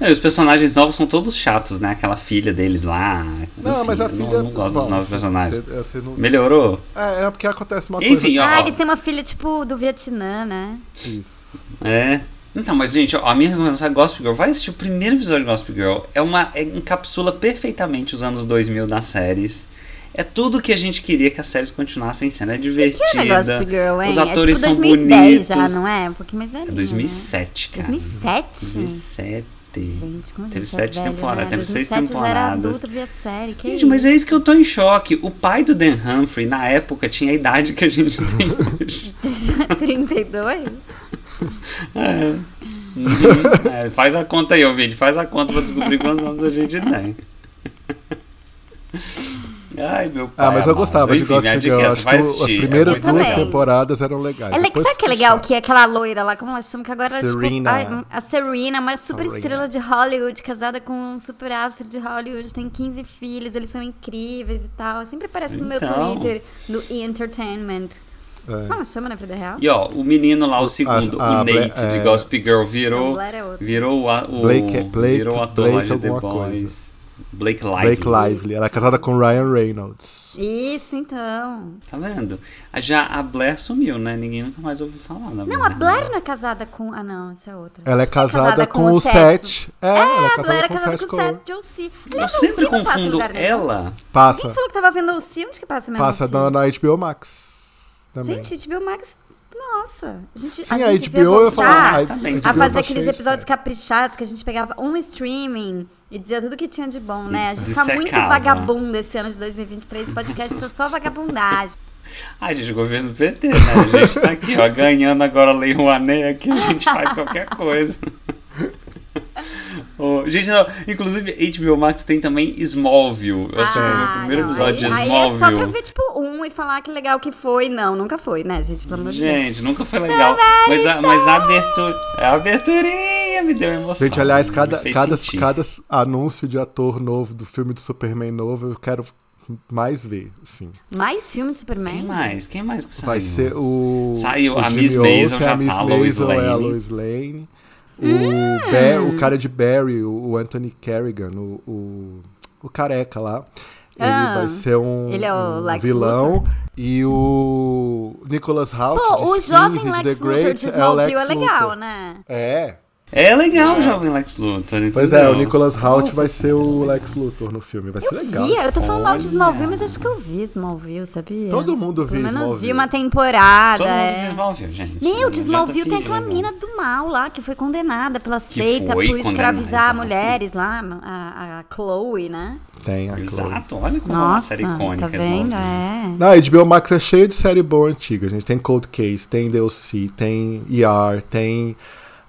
C: Não, e os personagens novos são todos chatos, né? Aquela filha deles lá.
B: não,
C: enfim,
B: mas a
C: eu
B: filha.
C: Não, não gosto
B: bom,
C: dos novos personagens.
B: cê- é, vocês não-
C: Melhorou?
B: É, é porque acontece uma coisa.
C: Enfim, ó.
A: Ah, eles têm uma filha, tipo, do Vietnã, né?
B: Isso.
C: É. Então, mas gente, ó, a minha recomendação é Gossip Girl. Vai assistir o primeiro episódio de Gossip Girl. É uma é, encapsula perfeitamente os anos 2000 das séries. É tudo que a gente queria que as séries continuassem sendo. É
A: Que
C: divertida.
A: é o negócio do Girl, hein?
C: Os atores
A: é tipo
C: são
A: 2010
C: bonitos.
A: já, não é? Um pouquinho mais velhinho,
C: É 2007,
A: né?
C: cara.
A: 2007?
C: 2007.
A: Gente, como a gente
C: Teve
A: é
C: sete
A: velho,
C: temporadas,
A: né?
C: teve
A: 2007
C: seis
A: já era
C: temporadas.
A: adulto, via série, que
C: Gente,
A: isso?
C: mas é isso que eu tô em choque. O pai do Dan Humphrey, na época, tinha a idade que a gente tem hoje.
A: 32?
C: É. Uhum. É, faz a conta aí, ouvinte. Faz a conta pra descobrir quantos anos a gente tem. Ai, meu pai.
B: Ah, mas eu
C: amado.
B: gostava de
C: Enfim, minha
B: Gossip
C: dica é
B: Girl.
C: essa,
B: Acho que
C: vai
B: o- as
C: assistir, é
B: primeiras
C: muito
B: duas
A: bom.
B: temporadas eram legais.
A: Ela,
B: Depois
A: sabe que é
B: ficou
A: legal
B: chato.
A: que é aquela loira lá, como ela chama, que agora
B: Serena.
A: é tipo a, a Serena, uma super
B: Serena.
A: estrela de Hollywood, casada com um super astro de Hollywood, tem 15 filhos, eles são incríveis e tal. Sempre aparece no meu
C: Então.
A: Twitter, do E! Entertainment.
B: É.
A: Como ela chama na vida real?
C: E ó, o menino lá, o segundo,
B: a Bla-
C: o Nate
B: é-
C: de Gossip Girl, virou.
A: Blair é outro.
C: Virou o a- o.
B: Blake- é- Blake-
C: virou o ator lá
B: Blake
C: de The
B: alguma
C: Boys.
B: coisa.
C: Blake Lively.
B: Blake Lively. Ela é casada com Ryan Reynolds.
A: Isso, então.
C: Tá vendo? A- Já a Blair sumiu, né? Ninguém nunca mais ouviu falar da
A: Não, a Blair não é casada com... Ah, não, essa é outra.
B: Ela é casada, com, o
A: Seth.
B: Seth. É, ela é
A: a
B: casada
A: Blair é
B: com o
A: casada
B: Seth
A: com o
B: Cohen.
A: Seth Josie.
C: Eu
A: Aliás,
C: sempre
A: Josie não passa em
C: confundo
A: lugar nenhum.
C: ela.
A: Quem
B: Passa.
A: falou que tava vendo o C? Onde que passa mesmo?
B: Passa
A: o C?
B: na, na HBO Max. Também.
A: Gente, HBO Max, nossa. A gente,
B: Sim,
A: a
B: a
A: gente
B: HBO eu ia falar.
A: voltar
C: tá bem.
A: A
C: HBO
A: fazer
B: eu é.
A: aqueles
B: achei
A: episódios
B: certo.
A: caprichados que a gente pegava um streaming e dizia tudo que tinha de bom, né? A gente tá
C: Dissecava.
A: muito vagabundo esse ano de 2023. Esse podcast tá só vagabundagem.
C: Ai, Ah, gente, governo PT, né? A gente tá aqui, ó, ganhando agora a Lei Rouanet aqui, a gente faz qualquer coisa. Ô, gente, não, inclusive HBO Max tem também Smallville. é Eu assisti o primeiro
A: Ah, não,
C: episódio de
A: aí, aí é só pra
C: Smallville.
A: ver, tipo, um e falar que legal que foi. Não, nunca foi, né, gente? Pelo amor de Deus.
C: gente, nunca foi legal. Mas a, mas a abertura. A aberturinha me deu emoção.
B: Gente, aliás,
C: me
B: cada,
C: fez
B: cada,
C: sentir.
B: cada anúncio de ator novo do filme do Superman novo, eu quero mais ver, assim.
A: Mais filme de Superman?
C: Quem mais? Quem mais que saiu?
B: Vai ser o.
C: Saiu
B: o
C: a
B: Jimmy
C: Miss Maisel,
B: Olsen,
C: já
B: a Miss
C: tá a Lois
B: Maisel é a
C: Lane.
B: Lois Lane. O, Ba-
A: Hum.
B: o cara de Barry, o o Anthony Kerrigan, o, o, o careca lá. Ele
A: Ah.
B: vai ser um,
A: Ele é o
B: um
A: Lex
B: vilão.
A: Luthor.
B: E o Nicholas Hawke,
A: Pô,
B: de
A: o jovem
B: Skins
A: Lex
B: e de The
A: Luthor
B: Great,
A: de
B: é o
A: Smallville
B: Lex
A: é legal,
B: Luthor.
A: né?
B: É.
C: É legal, jovem Lex Luthor.
B: Pois é, o
C: entendeu?
B: Nicholas Hawke vai ser o Lex Luthor no filme. Vai ser é legal.
A: Vi, eu tô falando mal de
C: Olha.
A: Smallville, mas acho que eu vi Smallville, sabia?
B: Todo mundo
A: Pelo
B: viu
A: menos vi
B: Smallville.
A: uma temporada.
C: Todo mundo
A: é.
C: viu Smallville, gente.
A: Meu,
C: Não
A: de
C: adianta
A: Smallville tem
C: fingir,
A: aquela
C: né?
A: mina do mal lá, que foi condenada pela seita por
C: foi condenada,
A: escravizar
C: exato.
A: mulheres lá, a, a Chloe, né?
B: Tem a Chloe.
C: Exato, olha como é uma
A: Nossa,
C: série icônica. né?
A: tá vendo?
C: Smallville.
A: É.
B: Na HBO Max é cheio de série boa antiga, gente. Tem Cold Case, tem DLC, tem ER, tem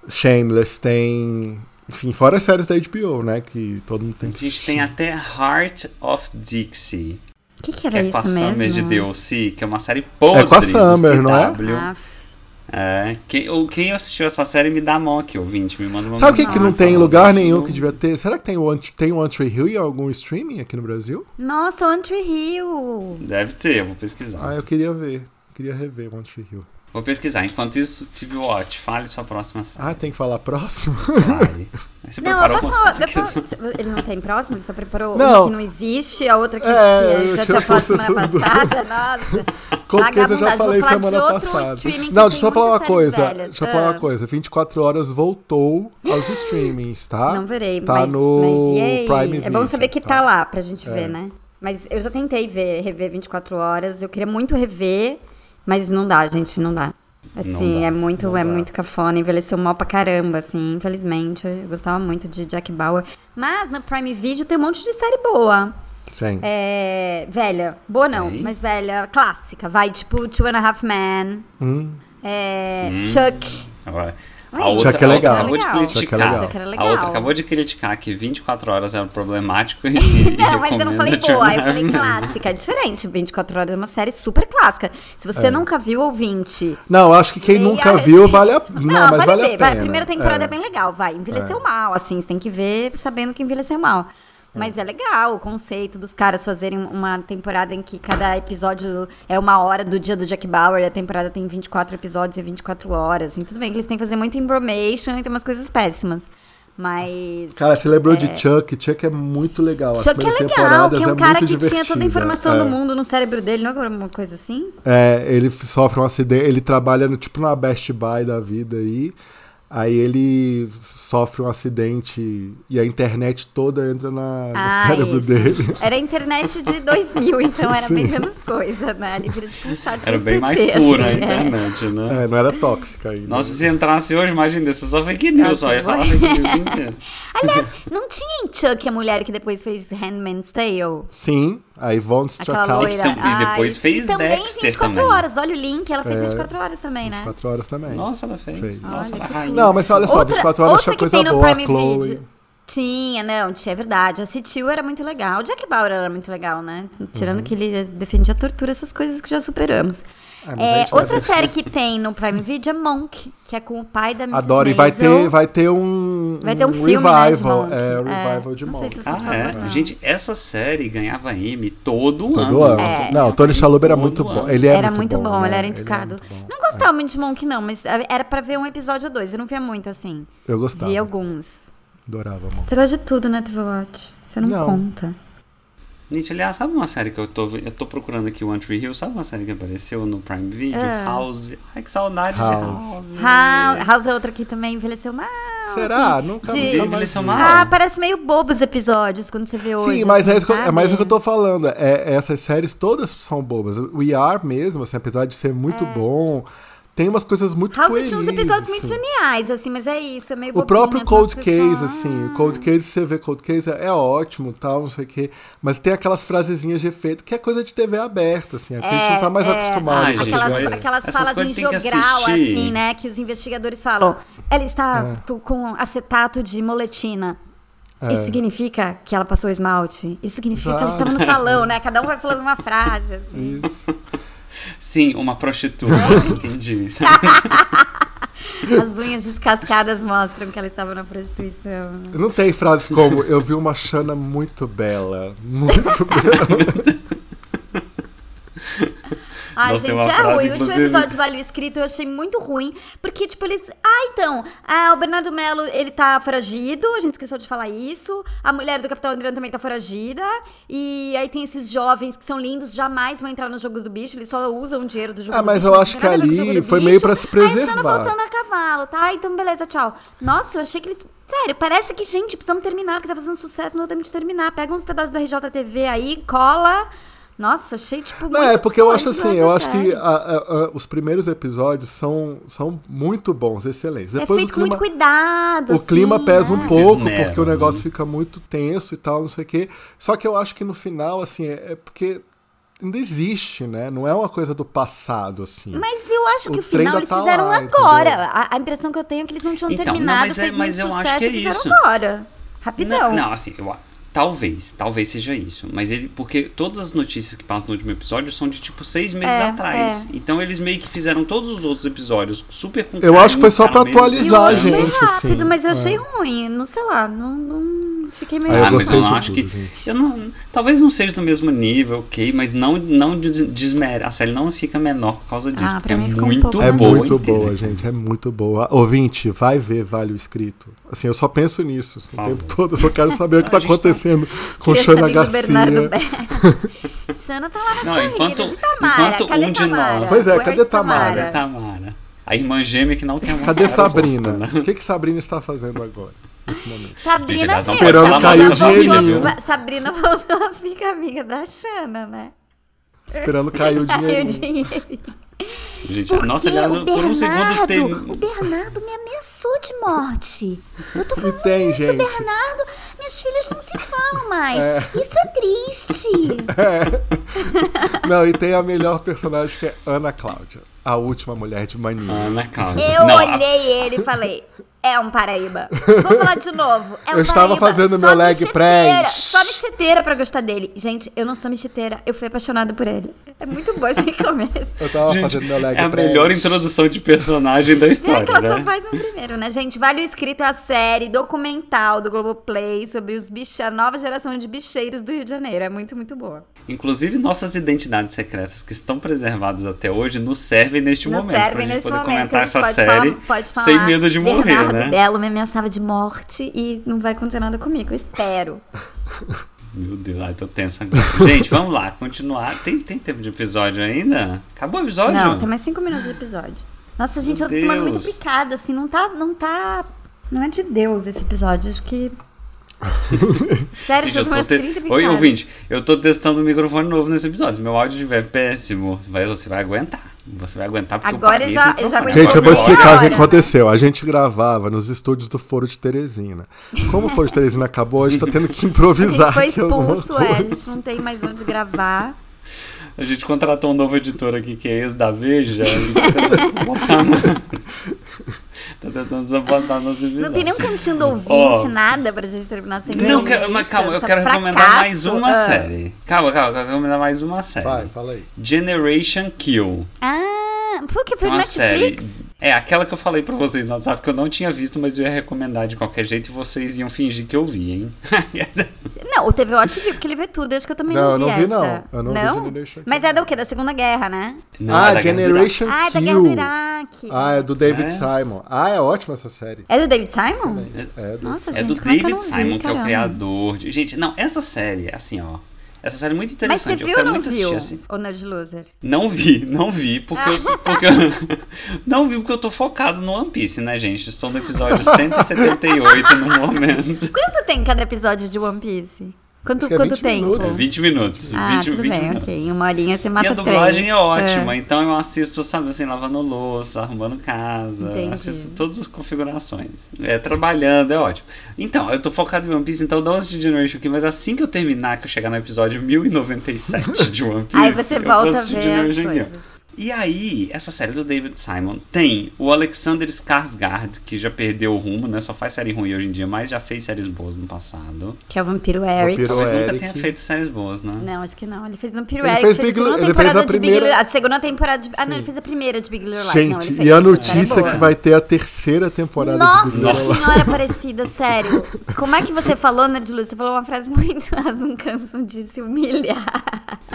B: Shameless, tem Enfim, fora as séries da HBO, né? Que todo mundo tem
C: A
B: que
C: gente
B: assistir.
C: tem até Heart of Dixie,
A: O que, que
C: que
A: era
C: é com a
A: isso
C: Summer
A: mesmo?
C: de DLC, que é uma série podre
B: É com a Summer,
C: do
B: não é?
C: CW.
A: Ah,
C: É, quem, ou quem assistiu essa série me dá mock, ouvinte, me manda uma
B: Sabe o que, que não
C: mensagem
B: tem em
C: falando
B: lugar
C: que
B: nenhum
C: não-
B: que devia ter? Será que tem o One, tem o One Tree Hill em algum streaming aqui no Brasil?
A: nossa, One Tree Hill.
C: Deve ter, eu vou pesquisar.
B: Ah, eu queria ver. Queria rever One Tree Hill.
C: Vou pesquisar. Enquanto isso, TV Watch, fale sua próxima série.
B: Ah, tem que falar próximo?
C: Fale. Você
A: Não, eu
C: preparou
A: posso
C: com
A: falar. eu
C: certeza.
A: posso- Ele não tem próximo? Ele só preparou
B: Não.
A: uma que não existe, a outra que,
B: É,
A: que
B: eu
A: já
B: tinha
A: tinha falado
B: posto
A: semana
B: essas duas.
A: passada. Nossa.
B: Com certeza eu já
A: Vagabundagem. Vou
B: falei
A: falar de
B: semana
A: outro
B: passada.
A: streaming que
B: Não,
A: tem
B: deixa eu só falar uma
A: muitas séries
B: coisa.
A: velhas.
B: Deixa eu falar
A: Ah.
B: uma coisa. 24 horas voltou aos streamings, tá?
A: Não verei,
B: tá
A: mas,
B: no
A: mas e aí?
B: Prime
A: é bom
B: Video, É.
A: saber que tá, lá pra gente ver, né? Mas eu já tentei ver, rever 24 horas. Eu queria muito rever, mas não dá, gente, não dá. Assim,
C: dá,
A: é muito,
B: não
A: é
B: dá.
A: muito cafona, envelheceu mal pra caramba, assim, infelizmente. Eu gostava muito de Jack Bauer. Mas no Prime Video tem um monte de série boa.
B: Sim.
A: É, velha. Boa não,
C: Tem?
A: mas velha, clássica. Vai, tipo, Two and a Half Men.
B: Hum.
A: é, Chuck.
C: Agora,
A: Oi,
C: a outra,
B: Chuck é
C: a outra
B: legal.
C: acabou de
A: Legal.
C: criticar.
B: Chuck é legal.
A: Chuck era
C: A outra
A: legal.
C: acabou de criticar que 24 horas era problemático e, e
A: Não, mas eu não
C: recomenda
A: falei
C: Two and a
A: boa, eu
C: Half
A: falei
C: Men.
A: clássica. É diferente, 24 Horas é uma série super clássica. Se
B: É.
A: você nunca viu, ouvinte...
B: Não, acho que quem
A: leia
B: nunca
A: a
B: viu
A: respeito.
B: vale a Não, mas vale a
A: ver.
B: pena.
A: Vai, a primeira temporada é.
B: É.
A: bem legal, vai. Envelheceu mal, assim, você tem que ver sabendo que envelheceu mal. Mas é legal o conceito dos caras fazerem uma temporada em que cada episódio é uma hora do dia do Jack Bauer e a temporada tem 24 episódios e 24 horas. Assim, tudo bem que eles têm que fazer muito embromation e tem umas coisas péssimas. Mas.
B: Cara, você lembrou de Chuck? Chuck é muito legal. As
A: Chuck é
B: primeiras
A: legal,
B: temporadas
A: que é um
B: muito
A: cara que tinha toda a
B: divertida.
A: informação
B: É.
A: do mundo no cérebro dele, não é alguma coisa assim?
B: É, ele f- sofre um acidente, ele trabalha no, tipo na Best Buy da vida aí. Aí ele sofre um acidente e a internet toda entra na, no É cérebro
A: Ah, é isso.
B: dele.
A: Era a internet de 2000, então era bem
B: Sim.
A: menos coisa, né? Ele vira tipo um chat
C: Era
A: GPT,
C: bem mais pura a
A: assim, é.
C: internet, né?
B: É, não era tóxica ainda.
C: Nossa, se entrasse hoje, imagina, você só fake news, só ia
A: Nossa,
C: falar
A: foi.
C: fake news o dia inteiro.
A: Aliás, não tinha em Chuck a mulher que depois fez Handmaid's Tale?
B: Sim, aí Von
A: Aquela
B: Strachau,
A: loira.
C: Então, e depois
A: Ai,
C: fez
A: E também
C: Dexter
A: 24
C: também.
A: horas, olha o link, ela
B: É.
A: fez 24 horas também, né?
B: 24 horas também.
C: Nossa, ela fez.
B: Fez.
C: Nossa,
A: Olha,
C: ela
A: que
C: rainha.
B: Não, mas olha só,
A: Outra-
B: 24 horas
A: outra
B: tinha
A: que
B: coisa
A: tem no
B: boa,
A: Prime
B: Chloe.
A: Video. Tinha, não, tinha, é verdade. Assistiu, era muito legal. Jack Bauer era muito legal, né?
B: Uhum.
A: Tirando que ele defendia a tortura, essas coisas que já superamos.
B: Ah, mas a
A: É,
B: gente vai
A: outra
B: ter-
A: série que tem no Prime Video é Monk, que é com o pai da Mrs.
B: Adoro, e vai
A: Maisel.
B: ter, vai ter um,
A: Vai ter um filme, né, de
B: revival.
A: Monk.
B: é, o revival de
A: não
B: Monk.
A: sei se eu sou a
C: Ah,
A: favor, não.
C: é? Gente, essa série ganhava M todo,
B: Todo ano.
A: É.
B: Não, o Tony Shalhoub era muito
C: Todo
B: bom.
C: ano.
B: Ele é
A: era muito bom,
B: né?
A: ele era
B: é
A: indicado.
B: muito bom.
A: não gostava muito de Monk, não, mas ah, era pra ver um episódio ou dois. Eu não via muito, assim.
B: Eu gostava.
A: Vi alguns.
B: Adorava, Monk.
A: Você gosta de tudo, né, TV Watch? Você não,
B: Não.
A: conta.
C: Gente, aliás, sabe uma série que eu tô, eu tô procurando aqui, One Tree Hill? Sabe uma série que apareceu no Prime Video?
A: Ah.
C: House. Ai, que saudade
B: House.
C: de House.
A: House, House é outra que também envelheceu mal.
B: Será?
A: assim,
B: Nunca
A: de-
B: nunca
A: Ele
B: mais
C: envelheceu
B: vi.
C: mal.
A: Ah, parece meio bobo os episódios quando você vê hoje.
B: Sim, mas é,
A: assim,
B: isso que eu- é
A: sabe?
B: mais o que eu tô falando. É, essas séries todas são bobas. O ER mesmo, assim, apesar de ser muito bom, tem umas coisas muito
A: É. House tinha uns
B: pueris,
A: episódios muito
B: assim.
A: geniais, assim, mas é isso, é meio
B: O
A: bobinha,
B: próprio
A: tem
B: Cold
A: umas
B: Case,
A: coisas que falam,
B: assim, o Cold Case, você vê Cold Case, é ótimo, tal, não sei o quê, mas tem aquelas frasezinhas de efeito que é coisa de TV aberta, assim, aqui a gente não tá mais
A: é.
B: acostumado
C: Ai,
B: com a
C: gente,
B: TV
A: Aquelas,
C: olha,
B: aberta.
A: aquelas
C: essas
A: falas em
C: coisas tem que
A: jogral,
C: assistir.
A: assim, né? Que os investigadores falam. Ela está
B: É.
A: com, com acetato de moletina. Isso significa que ela passou esmalte. Isso significa que ela
B: Exato.
A: estava no salão, né? Cada um vai falando uma frase, assim.
B: Isso.
C: Sim, uma prostituta. Entendi.
A: As unhas descascadas mostram que ela estava na prostituição. né?
B: Não tem frases como eu vi uma Xana muito bela, muito bela.
A: Ai,
C: Nossa, tem
A: gente,
C: uma
A: é
C: frase,
A: ruim. O último
C: inclusive-
A: episódio de Value Escrito eu achei muito ruim. Porque, tipo, eles. Ah, então. Ah, o Bernardo Melo, ele tá foragido. A gente esqueceu de falar isso. A mulher do Capitão Adriano também tá foragida. E aí tem esses jovens que são lindos, jamais vão entrar no jogo do bicho. Eles só usam o dinheiro do jogo
B: Ah,
A: do
B: mas
A: bicho.
B: eu
A: não
B: acho
A: tem
B: que
A: nada a ver com o
B: ali
A: jogo do
B: foi
A: bicho.
B: meio pra se
A: Aí a Xana "Então,
B: preservar.
A: voltando a cavalo, tá? Ah, Então, beleza, tchau. Nossa, eu achei que eles. Sério, parece que, gente, precisamos terminar, que tá fazendo sucesso, não tem de terminar. Pega uns pedaços do RJTV aí, cola. Nossa, achei, tipo,
B: Não, é
A: muito
B: porque eu acho
A: distante
B: assim,
A: do
B: eu
A: resto
B: acho
A: da
B: que
A: série.
B: a- a- a- os primeiros episódios são, são muito bons, excelentes. Depois
A: é
B: o
A: feito
B: clima,
A: com muito cuidado.
B: o
A: assim,
B: clima pesa
A: né?
B: um pouco,
C: Esmero,
B: porque o negócio
C: né?
B: fica muito tenso e tal, não sei o quê. Só que eu acho que no final, assim, é é porque ainda existe, né? Não é uma coisa do passado, assim.
A: Mas eu acho que
B: O
A: o final
B: trem
A: eles
B: ainda tá
A: fizeram
B: lá,
A: agora.
B: entendeu?
A: A, a impressão que eu tenho é que eles não tinham
C: Então, não,
A: terminado,
C: mas é-
A: fez muito
C: mas eu acho
A: sucesso
C: que é
A: e fizeram
C: isso.
A: agora. Rapidão.
C: Não, não, assim, eu, a- talvez, talvez seja isso. Mas ele, porque todas as notícias que passam no último episódio são de tipo seis meses
A: É,
C: atrás. Então eles meio que fizeram todos os outros episódios super com
B: Eu acho que foi só pra
C: carinho, ficaram meio
A: E o
B: atualizar,
A: outro
C: desenhando.
A: foi
B: gente,
A: rápido,
B: assim,
A: mas eu
B: é.
A: achei ruim. Não sei lá, não, não- fiquei meio. assim.
B: Ah, eu
C: Ah, mas
B: gostei
C: eu
B: de
C: não acho
B: tudo,
C: que.
B: gente.
C: Eu não, talvez não seja do mesmo nível, ok, mas não, não des- desmere. A série não fica menor por causa disso.
A: Ah, pra
C: porque
A: mim
C: é
A: ficou um
C: muito
A: pouco
C: boa.
B: É
A: boa
B: muito
C: inteira.
B: boa, gente. É muito boa. Ouvinte, vai ver Vale o Escrito. Assim, eu só penso nisso assim, o
C: Fala.
B: tempo todo. Eu só quero saber o que
C: A
B: tá
C: gente tá-
B: acontecendo com
A: Queria
B: Xana
A: saber do Bernardo
B: Garcia.
A: Bell. Xana tá lá nas
C: Não,
A: carreiras.
C: enquanto-
A: e Tamara?
C: enquanto
A: cadê
C: um de
A: Tamara?
C: nós- Tá.
B: Pois é,
A: Where's
B: cadê Tamara?
C: Cadê Tamara? A irmã gêmea que não tem a
B: Cadê
C: máscara posta,
B: Sabrina?
C: né?
B: O que, que Sabrina está fazendo agora, nesse momento?
C: Gente,
A: Sabrina
C: elas não
A: mesmo,
C: podem
B: Esperando cair o
A: voltou a-
B: dinheirinho.
A: Sabrina voltou a ficar amiga da Xana, né?
B: Esperando cair o
A: Caiu o
B: dinheiro.
A: dinheiro.
C: Gente,
A: Porque
C: nossa, aliás,
A: o
C: eu- por um segundo
A: Bernardo,
C: teve.
A: o Bernardo me ameaçou de morte. Eu tô
B: E
A: falando
B: tem,
A: isso, é
B: gente.
A: Bernardo, minhas filhas não se falam mais. Isso é triste.
B: Não, e tem a melhor personagem que é Ana Cláudia, a última mulher de Mania.
C: Ana Ah, né, Cláudia.
A: Eu
C: Não, a-
A: olhei ele e falei, é um Paraíba. Vou falar de novo, é um
B: Eu estava
A: Paraíba,
B: fazendo
A: só
B: meu leg
A: mexiteira,
B: press.
A: Só mexiteira pra gostar dele. Gente, eu não sou mexiteira, eu fui apaixonada por ele. É muito bom esse começo.
B: Eu tava
C: Gente,
B: fazendo meu leg
C: é a
B: press.
C: melhor introdução de personagem da
A: Pena
C: história,
A: que ela só
C: né?
A: faz no primeiro, né, gente? Vale o Escrito é a série documental do Globoplay sobre os bicha, a nova geração de bicheiros do Rio de Janeiro. É muito, muito boa.
C: Inclusive, nossas identidades secretas que estão preservadas até hoje nos servem neste
A: Nos
C: momento. pra
A: servem
C: gente
A: neste
C: poder
A: momento que
C: comentar
A: a gente
C: essa
A: pode,
C: série
A: falar, pode falar. é.
C: sem medo de morrer,
A: Bernardo
C: né?
A: Belo me ameaçava de morte e não vai acontecer nada comigo. Eu espero.
C: Meu Deus, ai, tô tenso agora. Gente, vamos lá, continuar. Tem, tem tempo de episódio ainda? Acabou o episódio?
A: Não, tem mais cinco minutos de episódio. Nossa, gente, eu tô tomando
C: Deus.
A: muito picada, assim, não tá, não tá... Não é de Deus esse episódio, acho que... Sério,
C: Gente,
A: já
C: eu
A: tô
C: tô
A: umas
C: te-
A: 30 picadas.
C: Oi, ouvinte, eu tô testando o microfone novo nesse episódio. Se meu áudio estiver péssimo, vai- você vai aguentar. Você vai aguentar porque tá
A: Agora
C: eu
A: eu
C: parei
A: já-
C: esse
A: eu já
C: microfone.
B: Gente, eu vou
A: Agora é a
B: explicar o que
A: hora.
B: aconteceu. A gente gravava nos estúdios do Foro de Teresina. Como o Foro de Teresina acabou, a gente tá tendo que
A: A gente
B: improvisar.
A: foi
B: aqui alguma
A: expulso, é, a
B: coisa.
A: gente não tem mais onde gravar.
C: A gente contratou um novo editor aqui que é ex da Veja. e tá tentando botar na- Tá tentando sabotar nosso episódio.
A: Não tem nenhum cantinho do ouvinte,
C: Ó.
A: nada pra gente terminar sem
C: Não,
A: nenhum
C: quero- mas
A: lixo,
C: calma, eu
A: só né?
C: quero
A: é fracasso.
C: recomendar mais uma
A: Ah.
C: série. Calma, calma, eu quero recomendar mais uma série.
B: Vai, fala aí.
C: Generation Kill.
A: Ah, foi o que?
C: É
A: Foi
C: uma série.
A: Netflix?
C: É aquela que eu falei pra vocês no WhatsApp que eu não tinha visto, mas eu ia recomendar de qualquer jeito e vocês iam fingir que eu vi, hein?
A: Não, o TVO te viu, porque ele vê tudo. Eu acho que eu também
B: Não,
A: não, vi
B: eu não vi,
A: essa.
B: não. Eu não vi Generation
A: Mas é da o quê? Da Segunda Guerra, né?
C: Não, é
B: ah,
C: da Guerra do
B: Generation
A: Ah, é da Guerra do
B: Kill.
A: Iraque.
B: Ah, é do David
C: É?
B: Simon. Ah, é ótima essa série.
A: É do David Simon?
B: É do...
A: Nossa,
C: É
A: gente,
C: do
A: como é que eu
C: David
A: não vi,
C: Simon, que é o
A: caramba.
C: criador. De... Gente, não, essa série, assim, ó. Essa série é muito
A: Mas
C: interessante.
A: você
C: eu
A: viu ou
C: quero
A: não
C: muito
A: viu?
C: assistir, assim.
A: O Nerd Loser.
C: Não vi, não vi, porque eu, porque eu- Não vi porque eu tô focado no One Piece, né, gente? Estou no episódio 178 no momento.
A: Quanto tem cada episódio de One Piece? Quanto,
B: Acho que é
A: quanto
B: 20
A: tempo?
B: minutos.
C: 20 minutos.
A: Ah,
C: 20,
A: tudo
C: 20
A: bem,
C: minutos.
A: ok. Em uma horinha você mata
C: e a
A: três.
C: dublagem é
A: Ah.
C: ótima, então eu assisto, sabe, assim, lavando louça, arrumando casa,
A: Entendi.
C: assisto todas as configurações. É, trabalhando, é ótimo. Então, eu tô focado em One Piece, então dá uma de Generation aqui, mas assim que eu terminar, que eu chegar no episódio 1097 de One Piece,
A: É. Aí você
C: eu vou
A: volta a
C: assistir
A: ver as
C: Generation Kill.
A: coisas.
C: E aí, essa série do David Simon tem o Alexander Skarsgård, que já perdeu o rumo, né? Só faz série ruim hoje em dia, mas já fez séries boas no passado.
A: Que é o Vampiro Eric.
B: Vampiro-
C: Talvez nunca
B: Eric.
C: tenha feito séries boas, né?
A: Não, acho que não. Ele fez Vampiro
B: Ele
A: Eric.
B: fez
A: fez
B: Big
A: a segunda
B: Li- ele fez
A: temporada
B: a
A: de Big
B: primeira-
A: Little... A segunda temporada de... Ah, não, ele fez a primeira de Big Little Lies. não, ele
B: Gente,
A: fez.
B: e a
A: Essa era
B: notícia
A: boa.
B: que vai ter a terceira temporada
A: Nossa
B: do Big Brother.
A: senhora parecida, sério. Como é que você falou, Nerd Luz? Você falou uma frase muito... Elas não cansam de se humilhar.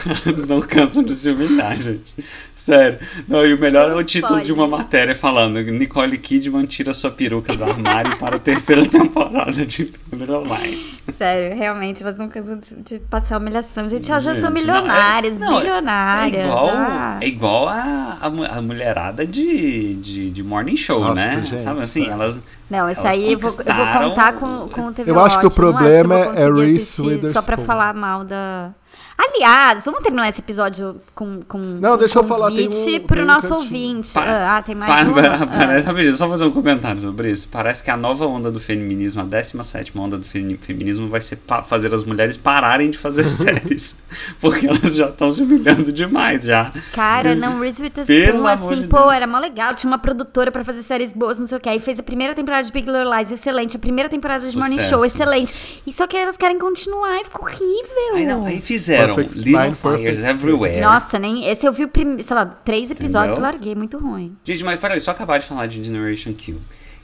C: Não cansam de se humilhar, gente. Sério. Não, e o melhor é o título
A: pode.
C: de uma matéria falando: Nicole Kidman tira sua peruca do armário para a terceira temporada de Little Lies.
A: Sério, realmente, elas não cansam de, de passar humilhação. Gente, elas já
C: Gente,
A: são
C: não, é-
A: milionárias,
C: não, é-
A: bilionárias.
C: É igual,
A: ah.
C: é igual a, a, mu- a mulherada de, de, de Morning Show,
B: Nossa,
C: né?
B: gente,
C: Sabe assim?
B: sério.
C: Elas.
A: Não, isso
C: Elas
A: aí eu vou, eu vou
C: conquistaram
A: contar com, com o TV
B: Eu acho que o
A: Watch. Não
B: problema
A: acho que eu vou
B: é
A: conseguir
B: Reese
A: assistir Só pra
B: Witherspoon.
A: falar mal da... Aliás, vamos terminar esse episódio com... com
B: Não,
A: com
B: deixa eu falar
A: convite
B: um-
A: pro
B: tem um
A: nosso
B: cantinho.
A: ouvinte.
C: Pa-
A: ah, tem mais
C: Para-
A: um?
C: para- para- rapidinho, só fazer um comentário sobre isso. Parece que a nova onda do feminismo, a 17 onda do fe- feminismo, vai ser pa- fazer as mulheres pararem de fazer séries. Porque elas já estão se humilhando demais já.
A: Cara, não, Reese
C: Pelo
A: Witherspoon,
C: amor
A: assim,
C: de
A: pô,
C: Deus.
A: era mó legal. Tinha uma produtora pra fazer séries boas, não sei o que. Aí fez a primeira temporada de Big Little Lies, excelente. A primeira temporada de Morning
C: Sucesso.
A: Show, excelente. E só que elas querem continuar e ficou horrível.
C: Aí, não, aí fizeram
B: Perfect
C: Little
B: Mind, Perfect
C: Fires Everywhere.
A: Nossa, nem. Esse eu vi, o prim... sei lá, três episódios e
C: É. Entendeu?
A: larguei, muito ruim.
C: Gente, mas peraí, só acabar de falar de Generation Q.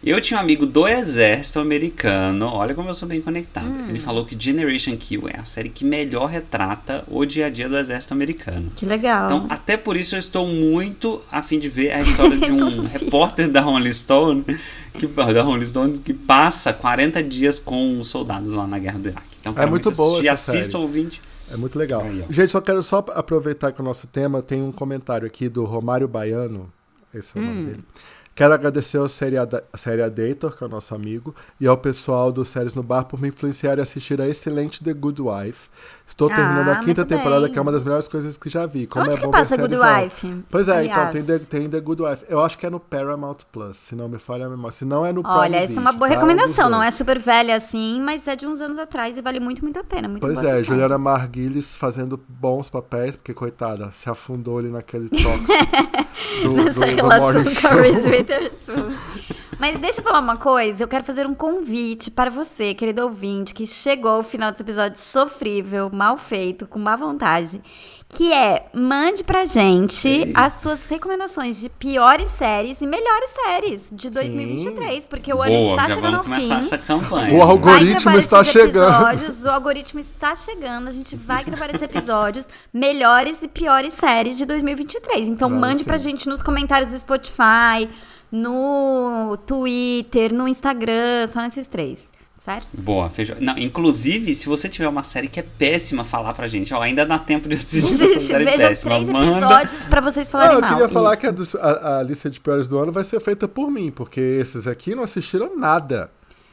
C: Eu tinha um amigo do exército americano, olha como eu sou bem conectado. Ele falou que Generation Q é a série que melhor retrata o dia a dia do exército americano.
A: Que legal.
C: Então, até por isso eu estou muito a fim de ver a história de um repórter da Rolling Stone, que, da Rolling Stone, que passa 40 dias com os soldados lá na guerra do Iraque. Então, quero
B: É muito
C: muito
B: boa
C: assistir,
B: essa série.
C: assista, ouvinte.
B: É muito legal.
C: Aí, ó.
B: Gente, só quero só aproveitar que o nosso tema tem um comentário aqui do Romário Baiano. Esse é o
A: Hum.
B: nome dele. Quero agradecer ao Seriada- Seriadator, que é o nosso amigo, e ao pessoal do Séries no Bar por me influenciar e assistir a excelente The Good Wife. Estou
A: Ah,
B: terminando a quinta
A: muito
B: temporada,
A: bem.
B: que é uma das melhores coisas que já vi. Como
A: Onde
B: é
A: que
B: bom
A: passa
B: ver
A: Good
B: séries novas.
A: Wife,
B: Pois é, então
A: aliás?
B: tem the, tem the Good Wife. Eu acho que é no Paramount Plus, se não me falha a memória. Se não é no Prime
A: Olha, essa é uma boa
B: Video, tá? Um dos
A: recomendação. Não
B: dois.
A: é super velha assim, mas é de uns anos atrás e vale muito, muito a pena. Muito
B: Pois
A: boa
B: é,
A: essa série.
B: Juliana Marguilis fazendo bons papéis, porque, coitada, se afundou ali naquele tóxico do, do,
A: Essa
B: do
A: relação
B: Morning
A: com a Reese
B: Show.
A: Witherspoon. Mas deixa eu falar uma coisa, eu quero fazer um convite para você, querido ouvinte, que chegou ao final desse episódio sofrível, mal feito, com má vontade, que é, mande pra gente as suas recomendações de piores séries e melhores séries de 2023, porque o ano
C: Boa,
A: está
C: já
A: chegando ao
C: vamos
A: fim.
C: começar essa campanha.
B: O algoritmo-
A: Vai gravar esses
B: está chegando.
A: episódios, O algoritmo está chegando. A gente vai gravar esses episódios melhores e piores séries de 2023. Então
B: Vamos
A: mande
B: sim.
A: pra gente nos comentários do Spotify, no Twitter, no Instagram, só nesses três, certo?
C: Boa, fechou. Não, inclusive, se você tiver uma série que é péssima, falar pra gente. Ó, ainda dá tempo tipo de assistir essa série
A: Vejam
C: péssima.
A: três
C: Manda.
A: episódios pra vocês
B: Ah,
A: falarem
B: eu
A: mal.
B: queria falar
A: Isso.
B: que a, do- a- a lista de piores do ano vai ser feita por mim, porque esses aqui não assistiram nada.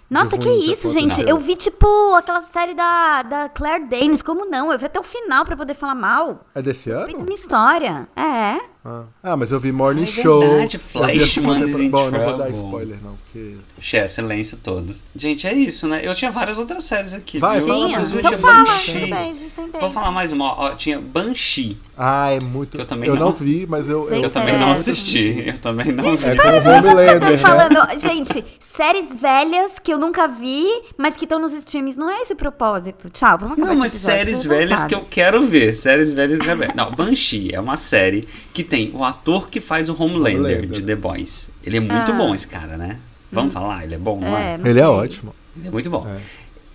B: de
A: Nossa, que
B: ruim tá
A: isso, gente.
B: aconteceu.
A: Eu vi, tipo, aquela série da, da Claire Danes. Como não? Eu vi até o final pra poder falar mal.
B: É desse
A: Respeita a
B: ano?
A: minha história. É.
B: Ah, Ah, mas eu vi Morning
C: Ah, é
B: Show.
C: verdade,
B: eu vi a segunda
C: Fleischman's
B: temporada-
C: in
B: Bom, não vou dar
C: Trouble.
B: spoiler, não, porque.
C: Xé, silêncio todos. Gente, é isso, né? Eu tinha várias outras séries aqui.
B: Vai,
C: viu?
B: fala
A: Tinha?
B: mais
C: Mas
B: uma.
C: hoje
A: Então
C: é
A: fala,
C: Banshee.
A: tudo bem, a gente tem
C: Vou
A: tempo.
C: falar mais uma. Ó, tinha Banshee.
B: Ah, é muito.
C: Eu também
B: não,
C: não-
B: vi, mas eu.
A: Sei É.
C: Eu
A: Sério?
C: também não assisti. Eu também não
B: É
C: vi.
B: como
A: Tá
B: Homelander, né?
A: falando, gente, séries velhas que eu nunca vi, mas que estão nos streams. Não é esse o propósito. Tchau, vamos acabar
C: Não,
A: esse
C: mas
A: episódio,
C: séries
A: tô
C: velhas
A: revoltada.
C: que eu quero ver. Séries velhas que eu quero ver. Não, Banshee é uma série que tem o ator que faz o Homelander,
B: Homelander.
C: de The Boys. Ele é muito bom, esse cara, né? Vamos falar? Ele é bom, não
A: Ah. É,
C: é?
A: não
B: Ele é
A: sei.
B: ótimo.
C: Ele é muito bom.
B: É.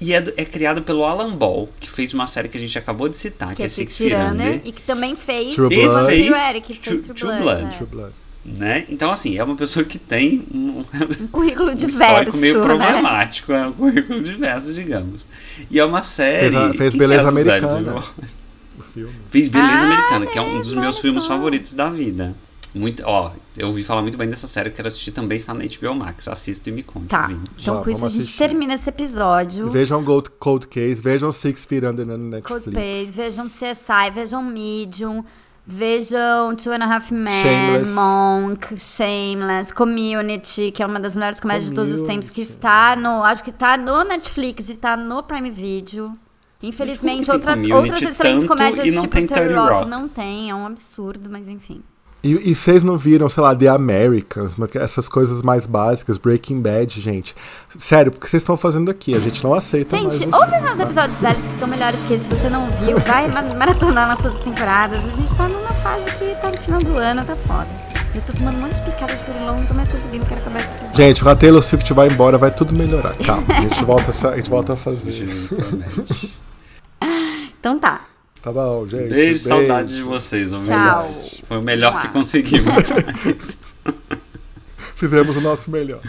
C: E é, do- é criado pelo Alan Ball, que fez uma série que a gente acabou de citar, que,
A: Que é
C: é
A: Six
C: Six
A: Feet
C: Feet
A: Under
C: Under.
A: e que também fez
B: True
A: o
B: Blood.
A: Vampiro
C: Fez
A: Eric, que fez
C: True-
A: True
C: True
A: Blood.
C: Blood.
A: é.
B: True Blood.
C: Né? Então, assim, é uma pessoa que tem um,
A: Um currículo
C: um histórico
A: diverso,
C: meio
A: né?
C: problemático, é um currículo diverso, digamos. E é uma série.
B: Fez a- fez
C: que
B: Beleza
C: é essa série
B: Americana.
C: do Zorro?
B: O filme.
C: Fez Beleza
A: Ah,
C: Americana, que é um dos
A: mesmo,
C: meus
A: olha
C: filmes
A: só.
C: favoritos da vida. Muito, ó, eu ouvi falar muito bem dessa série, eu quero assistir também, está na HBO Max. Assista e me conta.
A: Tá,
C: gente.
A: então
B: Tá,
A: com isso a
B: vamos
A: gente
B: assistir.
A: termina esse episódio.
B: Vejam Gold, Cold Case, vejam Six Feet Under na Netflix.
A: Coldplay, vejam CSI, vejam Medium, vejam Two and a Half Men,
B: Shameless.
A: Monk, Shameless, Community, que é uma das melhores comédias de todos os tempos, que
B: Community.
A: está no, acho que está no Netflix e está no Prime Video.
C: Mas
A: Infelizmente,
C: como que tem
A: outras,
C: Community
A: outras excelentes
C: tanto
A: comédias
C: e não
A: tipo
C: tem
A: Terry
C: Thirty
A: Rock,
C: Rock?
A: não tem, é um absurdo, mas enfim.
B: E, e vocês não viram, sei lá, The Americans, mas que- essas coisas mais básicas, Breaking Bad, gente. Sério, porque vocês estão fazendo aqui? A gente não aceita mais
A: Gente,
B: vocês,
A: ouve os nossos
B: tá?
A: episódios velhos que estão melhores que esse, se você não viu, vai ma- maratonar nossas temporadas. A gente tá numa fase que tá no final do ano, tá foda. Eu tô tomando um monte de picada de pernilongo, não tô mais conseguindo, quero acabar esse episódio.
B: Gente, quando a Taylor Swift vai embora, vai tudo melhorar. Calma, a gente volta, a sa- a, gente volta a fazer.
C: Gente, promete.
A: Então tá.
B: Tá bom, gente.
C: Beijo, saudades de vocês, ouvintes. Foi o melhor que
A: Tchau.
C: conseguimos.
B: Fizemos o nosso melhor.